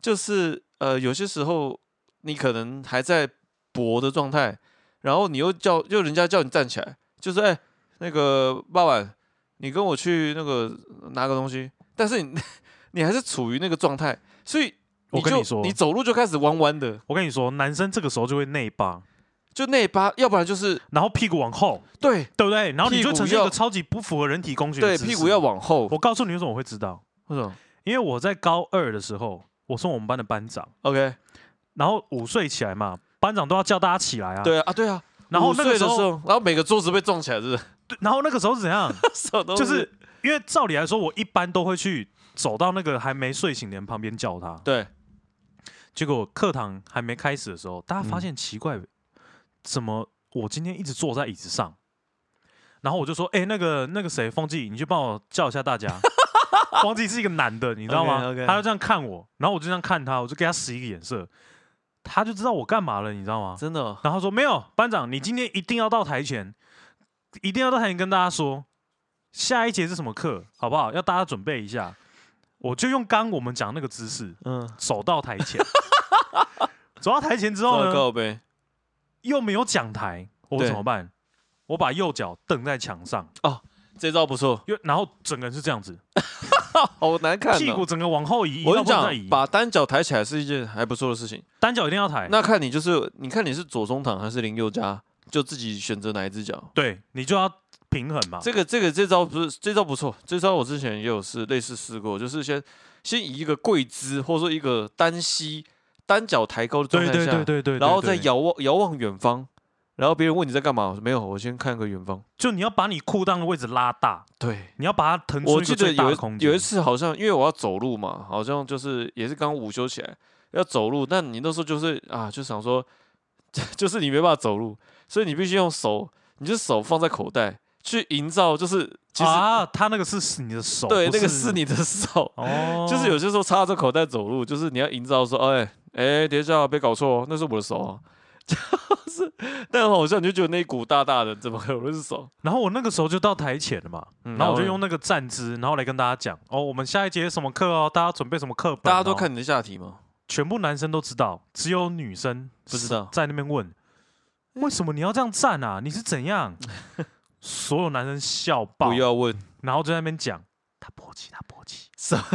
[SPEAKER 2] 就是呃，有些时候你可能还在搏的状态，然后你又叫，又人家叫你站起来，就是哎、那个爸爸，你跟我去那个拿个东西，但是你你还是处于那个状态，所以
[SPEAKER 1] 我
[SPEAKER 2] 就
[SPEAKER 1] 跟你说
[SPEAKER 2] 你走路就开始弯弯的，
[SPEAKER 1] 我跟你说，男生这个时候就会内八，
[SPEAKER 2] 就内八，要不然就是
[SPEAKER 1] 然后屁股往后，
[SPEAKER 2] 对
[SPEAKER 1] 对不对？然后你
[SPEAKER 2] 屁
[SPEAKER 1] 就
[SPEAKER 2] 股
[SPEAKER 1] 呈现一
[SPEAKER 2] 要
[SPEAKER 1] 个超级不符合人体工学的
[SPEAKER 2] 对，
[SPEAKER 1] 姿
[SPEAKER 2] 屁
[SPEAKER 1] 势
[SPEAKER 2] 股要。往后，
[SPEAKER 1] 我告诉你为什么我会知道，
[SPEAKER 2] 为什么
[SPEAKER 1] 因为我在高二的时候，我是我们班的班长，
[SPEAKER 2] ？OK，
[SPEAKER 1] 然后午睡起来嘛，班长都要叫大家起来啊。。
[SPEAKER 2] 对啊啊对啊。
[SPEAKER 1] 然后
[SPEAKER 2] 五
[SPEAKER 1] 那个
[SPEAKER 2] 岁
[SPEAKER 1] 时
[SPEAKER 2] 的时
[SPEAKER 1] 候，
[SPEAKER 2] 候，然后每个桌子被撞起来，是不 是？
[SPEAKER 1] 对然后那个时候是怎样？
[SPEAKER 2] 什么东西
[SPEAKER 1] 就是因为照理来说，我一般都会去走到那个还没睡醒的人旁边叫他。
[SPEAKER 2] 对，
[SPEAKER 1] 结果课堂还没开始的时候，大家发现奇怪，怎么我今天一直坐在椅子上？然后我就说：“哎、那个那个谁，风纪，你去帮我叫一下大家。”风纪是一个男的，你知道吗
[SPEAKER 2] OK，OK
[SPEAKER 1] 他就这样看我，然后我就这样看他，我就给他使一个眼色，他就知道我干嘛了，你知道吗？
[SPEAKER 2] 真的哦、
[SPEAKER 1] 然后他说：“没有，班长，你今天一定要到台前，一定要到台前跟大家说，下一节是什么课，好不好？要大家准备一下。”我就用刚我们讲那个姿势，
[SPEAKER 2] 嗯，
[SPEAKER 1] 走到台 前，走到台前之后
[SPEAKER 2] 糟
[SPEAKER 1] 呢，
[SPEAKER 2] 糕呗，
[SPEAKER 1] 又没有讲台，我
[SPEAKER 2] 对
[SPEAKER 1] 怎么办？我把右脚蹬在墙上，
[SPEAKER 2] 这招不错，
[SPEAKER 1] 因为然后整个人是这样子，
[SPEAKER 2] 好难看、哦。
[SPEAKER 1] 屁股整个往后移，移
[SPEAKER 2] 我
[SPEAKER 1] 到
[SPEAKER 2] 跟
[SPEAKER 1] 不
[SPEAKER 2] 你
[SPEAKER 1] 能再移
[SPEAKER 2] 讲，，
[SPEAKER 1] 哎
[SPEAKER 2] 啊把单脚抬起来是一件还不错的事情。
[SPEAKER 1] 单脚一定要抬。
[SPEAKER 2] 那看你就是，你看你是左中堂还是林宥嘉，就自己选择哪一只脚。
[SPEAKER 1] 对你就要平衡嘛。
[SPEAKER 2] 这个这个这招不是这招不错，这招我之前也有试类似试过，就是先先以一个跪姿或者说一个单膝单脚抬高的状
[SPEAKER 1] 对
[SPEAKER 2] 态下，
[SPEAKER 1] 对对对对
[SPEAKER 2] 啊
[SPEAKER 1] 对，
[SPEAKER 2] 然后再
[SPEAKER 1] 对，
[SPEAKER 2] 遥望遥望远方，然后别人问你在干嘛，我说没有，我先看个远方。
[SPEAKER 1] 就你要把你裤裆的位置拉大，
[SPEAKER 2] 对，
[SPEAKER 1] 你要把它腾出
[SPEAKER 2] 我
[SPEAKER 1] 一
[SPEAKER 2] 记
[SPEAKER 1] 个
[SPEAKER 2] 得
[SPEAKER 1] 最大
[SPEAKER 2] 有
[SPEAKER 1] 的
[SPEAKER 2] 一
[SPEAKER 1] 空间。
[SPEAKER 2] 有一次好像因为我要走路嘛，好像就是也是刚午休起来要走路，但你那时候就是啊，就想说，就是 你没办法走路，所以你必须用手，你就手放在口袋去营造，就是其实、
[SPEAKER 1] 啊，他那个是你的手，
[SPEAKER 2] 对
[SPEAKER 1] 不
[SPEAKER 2] 那个是你的 手，
[SPEAKER 1] 哦，
[SPEAKER 2] 就是有些时候插着口袋走路，就是你要营造说，哎哎，等一下别搞错哦， 那是我的手啊。就是，但很好笑，你就觉得那一股大大的，怎么可能是手？
[SPEAKER 1] 然后我那个时候就到台前了嘛，
[SPEAKER 2] 嗯
[SPEAKER 1] 然后我就
[SPEAKER 2] 呢
[SPEAKER 1] 用那个站姿，然后来跟大家讲哦，我们下一节什么课哦，大家准备什么课本、
[SPEAKER 2] 大
[SPEAKER 1] 啊
[SPEAKER 2] 家都，看你的下体吗？
[SPEAKER 1] 全部男生都知道，只有女生
[SPEAKER 2] 不知道
[SPEAKER 1] 在那边问，为什么你要这样站啊？你是 怎样？所有男生笑爆
[SPEAKER 2] 不，要问，
[SPEAKER 1] 然后就在那边讲他勃起，他勃起，什么？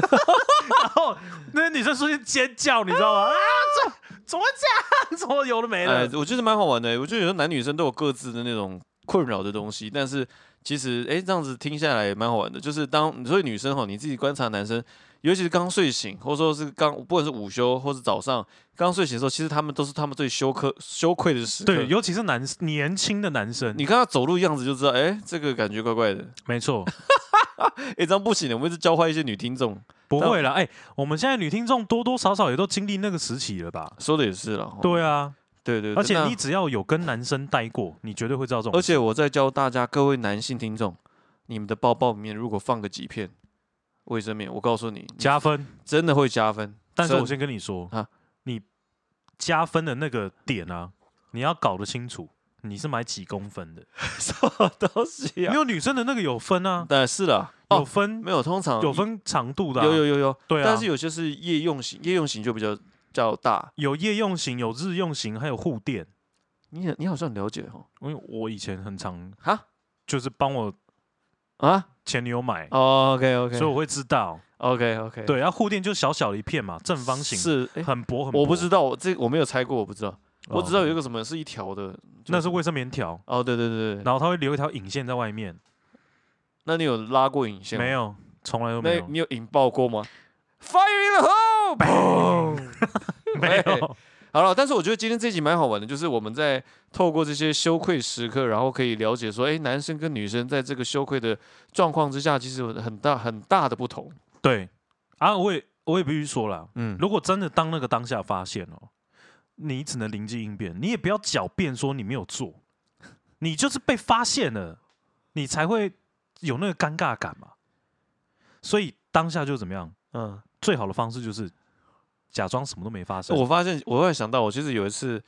[SPEAKER 1] 然后那些女生瞬间尖叫，你知道吗？ 啊，这怎么会这样？怎么有的没
[SPEAKER 2] 哎
[SPEAKER 1] 的？，
[SPEAKER 2] 欸我觉得蛮好玩的。我觉得有时候男女生都有各自的那种困扰的东西。但是其实，哎，这样子听下来也蛮好玩的。就是当所以女生哈，你自己观察男生，尤其是刚睡醒，或者说是刚不管是午休或是早上刚睡醒的时候，其实他们都是他们最羞愧羞愧的时刻。
[SPEAKER 1] 对，尤其是男年轻的男生，
[SPEAKER 2] 你看他走路样子就知道，哎，这个感觉怪怪的。
[SPEAKER 1] 没错，
[SPEAKER 2] 哎，这样不行的，我们一直教坏一些女听众。
[SPEAKER 1] 不会啦。哎、我们现在女听众多多少少也都经历那个时期了吧？
[SPEAKER 2] 说的也是了，
[SPEAKER 1] 对啊，
[SPEAKER 2] 对对对，
[SPEAKER 1] 而且
[SPEAKER 2] 那
[SPEAKER 1] 你只要有跟男生待过，你绝对会知道这种
[SPEAKER 2] 而
[SPEAKER 1] 事。
[SPEAKER 2] 且我在教大家，各位男性听众，你们的包包里面如果放个几片卫生棉，我告诉你，你
[SPEAKER 1] 加分，
[SPEAKER 2] 真的会加 分。
[SPEAKER 1] 但是
[SPEAKER 2] 真
[SPEAKER 1] 我先跟你说
[SPEAKER 2] 啊
[SPEAKER 1] 你加分的那个点啊，你要搞得清楚，你是买几公分的？
[SPEAKER 2] 什么东西
[SPEAKER 1] 没
[SPEAKER 2] 啊？
[SPEAKER 1] 有女生的那个有分啊，
[SPEAKER 2] 但是啦，
[SPEAKER 1] 有
[SPEAKER 2] 哦，
[SPEAKER 1] 分、
[SPEAKER 2] 没有，通常
[SPEAKER 1] 有分长度的啊、
[SPEAKER 2] 有有有有，
[SPEAKER 1] 对啊
[SPEAKER 2] 但是有些是夜用型，夜用型就比较较大。
[SPEAKER 1] 有夜用型，有日用型，还有护垫。
[SPEAKER 2] 你你好像了解哦，
[SPEAKER 1] 因为我以前很常
[SPEAKER 2] 哈
[SPEAKER 1] 就是帮我
[SPEAKER 2] 啊、
[SPEAKER 1] 前女友买，
[SPEAKER 2] 哦、，OK OK，
[SPEAKER 1] 哎所以我会知道。
[SPEAKER 2] OK OK，，
[SPEAKER 1] 对，然后护垫就小小的一片嘛，正方形，
[SPEAKER 2] 是，诶
[SPEAKER 1] 很薄很薄。
[SPEAKER 2] 我不知道，我这我没有拆过，我不知道，
[SPEAKER 1] 哦
[SPEAKER 2] 我只知道有一个什么是一条的，就
[SPEAKER 1] 那是卫生棉条，
[SPEAKER 2] 哦，对对对对，
[SPEAKER 1] 然后它会留一条引线在外面。
[SPEAKER 2] 那你有拉过引线吗
[SPEAKER 1] 没有，从来都没
[SPEAKER 2] 那
[SPEAKER 1] 有，
[SPEAKER 2] 你有引爆过吗？Fire in the hole！砰
[SPEAKER 1] 没有。
[SPEAKER 2] 好了，但是我觉得今天这集蛮好玩的，就是我们在透过这些羞愧时刻，然后可以了解说，哎、男生跟女生在这个羞愧的状况之下，其实有很大很大的不同。
[SPEAKER 1] 对啊，我也我也必须说了，
[SPEAKER 2] 嗯，
[SPEAKER 1] 如果真的当那个当下发现哦，你只能临机应变，你也不要狡辩说你没有做，你就是被发现了，你才会有那个尴尬感嘛。所以当下就怎么样？
[SPEAKER 2] 嗯，
[SPEAKER 1] 最好的方式就是假装什么都没发生。
[SPEAKER 2] 我发现我突然想到，我其实有一次，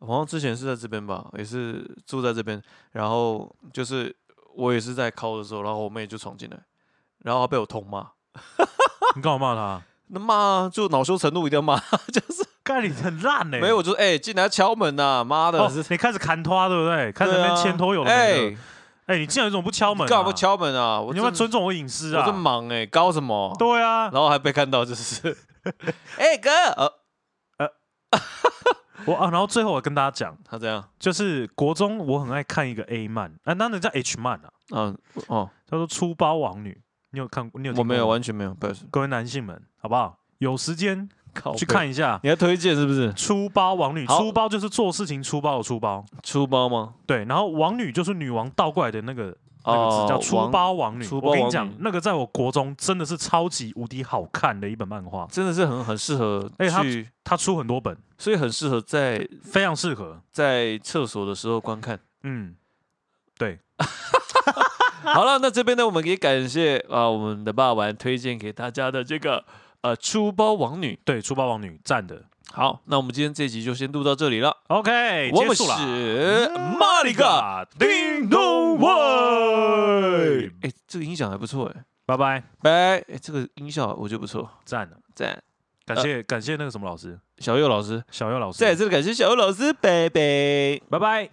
[SPEAKER 2] 好像之前是在这边吧，也是住在这边，然后就是我也是在敲的时候，然后我妹就闯进来，然后她被我痛骂，
[SPEAKER 1] 你干嘛骂他？
[SPEAKER 2] 那骂就恼羞成怒，一定要骂，就是。
[SPEAKER 1] 盖你很烂 呢、欸
[SPEAKER 2] 没有，我就哎、进来敲门呐、妈的！
[SPEAKER 1] 哦
[SPEAKER 2] 是，
[SPEAKER 1] 你开始砍拖对不对？开始那边牵拖有的
[SPEAKER 2] 哎、
[SPEAKER 1] 没的。哎、你竟然有种不敲门、啊？
[SPEAKER 2] 干嘛不？敲门啊？我
[SPEAKER 1] 你要不要
[SPEAKER 2] 真
[SPEAKER 1] 尊重我隐私
[SPEAKER 2] 我
[SPEAKER 1] 啊？
[SPEAKER 2] 这忙哎、搞什么？
[SPEAKER 1] 对啊，
[SPEAKER 2] 然后还被看到，就是 哎、哥，呃，
[SPEAKER 1] 我啊，然后最后我跟大家讲，
[SPEAKER 2] 他这样，
[SPEAKER 1] 就是国中我很爱看一个 A 漫，啊，那人叫 H 漫啊，
[SPEAKER 2] 嗯、哦，
[SPEAKER 1] 叫做《出包王女》，你有看过？你有听
[SPEAKER 2] 我
[SPEAKER 1] 过吗
[SPEAKER 2] 没有，，完全没有，不是，
[SPEAKER 1] 各位男性们，好不好？有时间
[SPEAKER 2] 靠
[SPEAKER 1] 去
[SPEAKER 2] 背，
[SPEAKER 1] 看一下
[SPEAKER 2] 你还推荐是不是？
[SPEAKER 1] 《出包王女》，
[SPEAKER 2] 好
[SPEAKER 1] 出包就是做事情出包的出包，
[SPEAKER 2] 出包吗？
[SPEAKER 1] 对，然后王女就是女王倒过来的那个那个字叫出
[SPEAKER 2] 哦王
[SPEAKER 1] 包王女。
[SPEAKER 2] 出包
[SPEAKER 1] 我跟你
[SPEAKER 2] 王
[SPEAKER 1] 讲
[SPEAKER 2] 女，
[SPEAKER 1] 那个在我国中真的是超级无敌好看的一本漫画，
[SPEAKER 2] 真的是很很适合
[SPEAKER 1] 哎他
[SPEAKER 2] 去，
[SPEAKER 1] 它出很多本，
[SPEAKER 2] 所以很适合在
[SPEAKER 1] 非常适合。
[SPEAKER 2] 在厕所的时候观看。
[SPEAKER 1] 嗯，
[SPEAKER 2] 好了，那这边呢，我们也感谢啊、我们的霸王推荐给大家的这个呃出包王女。
[SPEAKER 1] 对，出包王女赞的。
[SPEAKER 2] 好，那我们今天这集就先录到这里了。
[SPEAKER 1] OK，
[SPEAKER 2] 我们
[SPEAKER 1] 哎结束了。
[SPEAKER 2] 是马里嘎
[SPEAKER 1] 叮咚外，
[SPEAKER 2] 哎、这个音响还不错哎、
[SPEAKER 1] 拜拜，
[SPEAKER 2] 拜、哎这个音效我觉得不错，
[SPEAKER 1] 赞了，
[SPEAKER 2] 赞。
[SPEAKER 1] 感
[SPEAKER 2] 呃
[SPEAKER 1] 谢感谢那个什么老师，
[SPEAKER 2] 小右老师，
[SPEAKER 1] 小佑老
[SPEAKER 2] 在
[SPEAKER 1] 师，
[SPEAKER 2] 这里感谢小右老师，拜拜。
[SPEAKER 1] 拜拜。